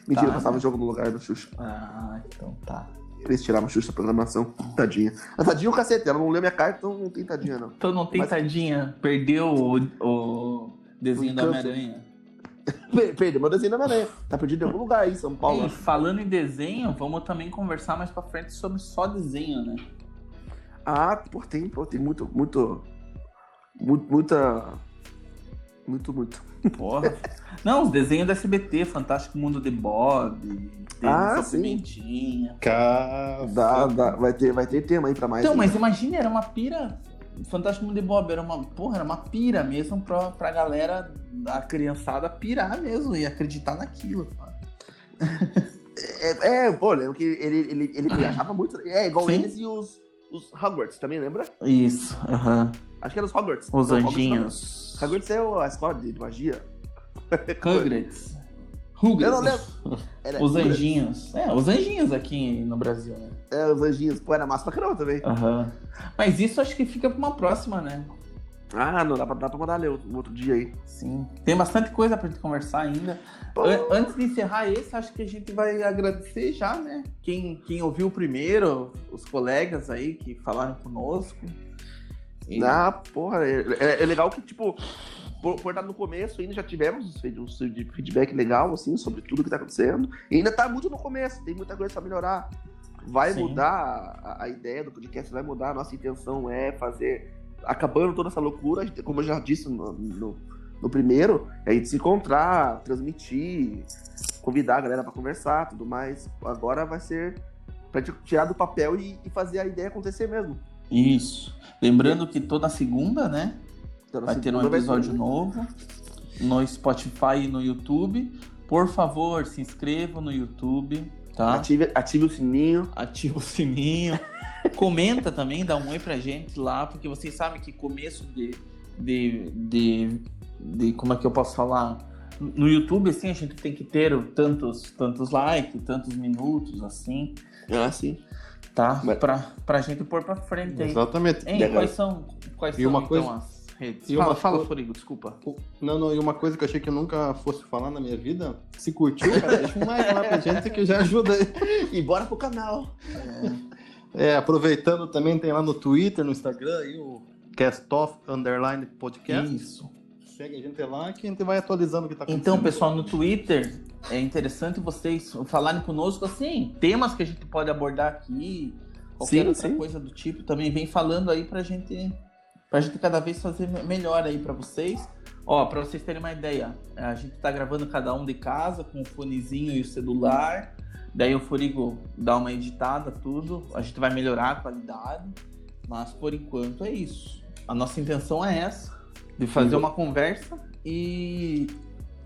Mentira,
Tá,
eu passava
né?
o jogo no lugar da Xuxa.
Ah, então tá.
Eles tiravam a Xuxa da programação. Tadinha. A tadinha é o cacete, ela não leu minha carta, então não tem tadinha, não.
Então não tem
Mas-
tadinha. Perdeu o, o desenho
O
da
encanto.
Homem-Aranha.
Per- Perdeu meu desenho da Maranha. Tá perdido em algum lugar aí, em São Paulo.
Ei, falando em desenho, vamos também conversar mais pra frente sobre só desenho, né?
Ah, pô, tem, pô, tem muito, muito. Muito, muita. Muito, muito.
Porra. não, os desenhos da SBT, Fantástico Mundo de Bob,
Ah,
Desenho
sim.
Pimentinha.
Dá,
Cara.
dá, vai, ter, vai ter tema aí pra mais.
Tá Então,
aí.
mas imagina, era uma pira. Fantástico Mundo de Bob era uma, porra, era uma pira mesmo pra, pra galera, a criançada pirar mesmo e acreditar naquilo. pá.
É, é, pô, lembro que ele, ele, ele viajava muito. É, igual
Sim.
eles e os, os Hogwarts, também lembra?
Isso, aham.
Acho que era os Hogwarts.
Os
Não, Hogwarts
anjinhos.
não. Hogwarts é o- a escola de magia.
Hugrits. Hugrits.
Eu não lembro. né? Era
Os
Hogwarts.
anjinhos. É, os anjinhos aqui no Brasil, né?
É, os anjinhos. Pô, era massa pra caramba também.
Aham. Mas isso acho que fica pra uma próxima, né?
Ah, não, dá pra, dá pra mandar ler outro, outro dia aí.
Sim. Tem bastante coisa pra gente conversar ainda.
Pô,
An- antes de encerrar esse, acho que a gente vai agradecer já, né? Quem, quem ouviu primeiro, os colegas aí que falaram conosco. E-
Ah, porra, é, é- é legal que, tipo, por, por estar no começo, ainda já tivemos um feedback legal, assim, sobre tudo que tá acontecendo. E ainda tá muito no começo, tem muita coisa pra melhorar. Vai
Sim.
mudar a, a ideia do podcast, vai mudar. Nossa intenção é fazer. Acabando toda essa loucura, a gente- como eu já disse no, no, no primeiro, é a gente se encontrar, transmitir, convidar a galera pra conversar tudo mais. Agora vai ser pra gente tirar do papel e- e fazer a ideia acontecer mesmo.
Isso. Lembrando que toda segunda, né?
Então, na
Vai ter um
segunda
episódio novo no Spotify e no YouTube. Por favor, se inscreva no YouTube, tá?
Ative, ative o sininho.
Ativa o sininho. Comenta também, dá um oi pra gente lá, porque vocês sabem que começo de, de, de, de- Como é que eu posso falar? No YouTube, assim, a gente tem que ter o tantos, tantos likes, tantos minutos, assim,
Ah, sim.
tá?
Mas-
Pra, pra gente pôr pra frente aí.
Exatamente.
Hein, quais são, quais
E
são
uma
então
coisa-
as redes?
e
fala,
uma
fala,
co-
Forigo, desculpa.
Não, não, e uma coisa que eu achei que eu nunca fosse falar na minha vida, se curtiu, cara, deixa um like lá pra gente que já ajuda aí.
E bora pro canal.
É, aproveitando também, tem lá no Twitter, no Instagram, aí o Castoff Underline Podcast.
Isso.
Segue a gente lá que a gente vai atualizando o que tá acontecendo.
Então, pessoal, no Twitter é interessante vocês falarem conosco assim, temas que a gente pode abordar aqui, qualquer
Sim,
outra
sim.
coisa do tipo, também vem falando aí pra gente pra gente cada vez fazer me- melhor aí pra vocês. Ó, pra vocês terem uma ideia, a gente tá gravando cada um de casa com o fonezinho e o celular. Daí o Furigo dá uma editada, tudo. A gente vai melhorar a qualidade. Mas por enquanto é isso. A nossa intenção é essa, de fazer uma conversa e,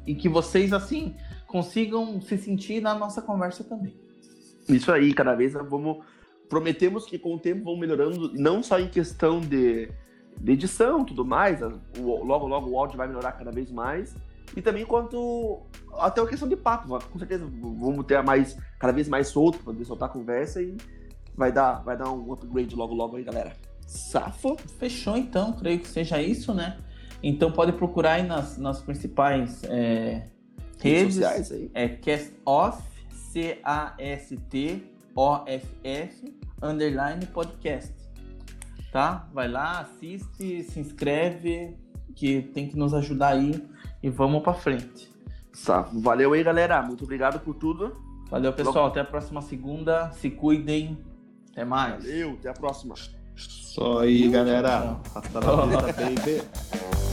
e que vocês, assim, consigam se sentir na nossa conversa também.
Isso aí, cada vez vamos. Prometemos que com o tempo vão melhorando, não só em questão de, de edição tudo mais, a- o- logo, logo o áudio vai melhorar cada vez mais. E também quanto. Até a questão de papo, va- com certeza vamos ter mais, cada vez mais solto, poder soltar a conversa e vai dar, vai dar um upgrade logo, logo aí, galera. Safo?
Fechou então, creio que seja isso, né? Então pode procurar aí nas, nas principais é, redes.
sociais aí.
É cast off, C-A-S-T-O-F-F, underline podcast. Tá? Vai lá, assiste, se inscreve, que tem que nos ajudar aí e vamos pra frente.
Safo. Valeu aí, galera. Muito obrigado por tudo.
Valeu, pessoal. Até a próxima segunda. Se cuidem. Até mais.
Valeu, até a próxima.
Só aí, galera.
Tchau.
Hasta la vista, baby.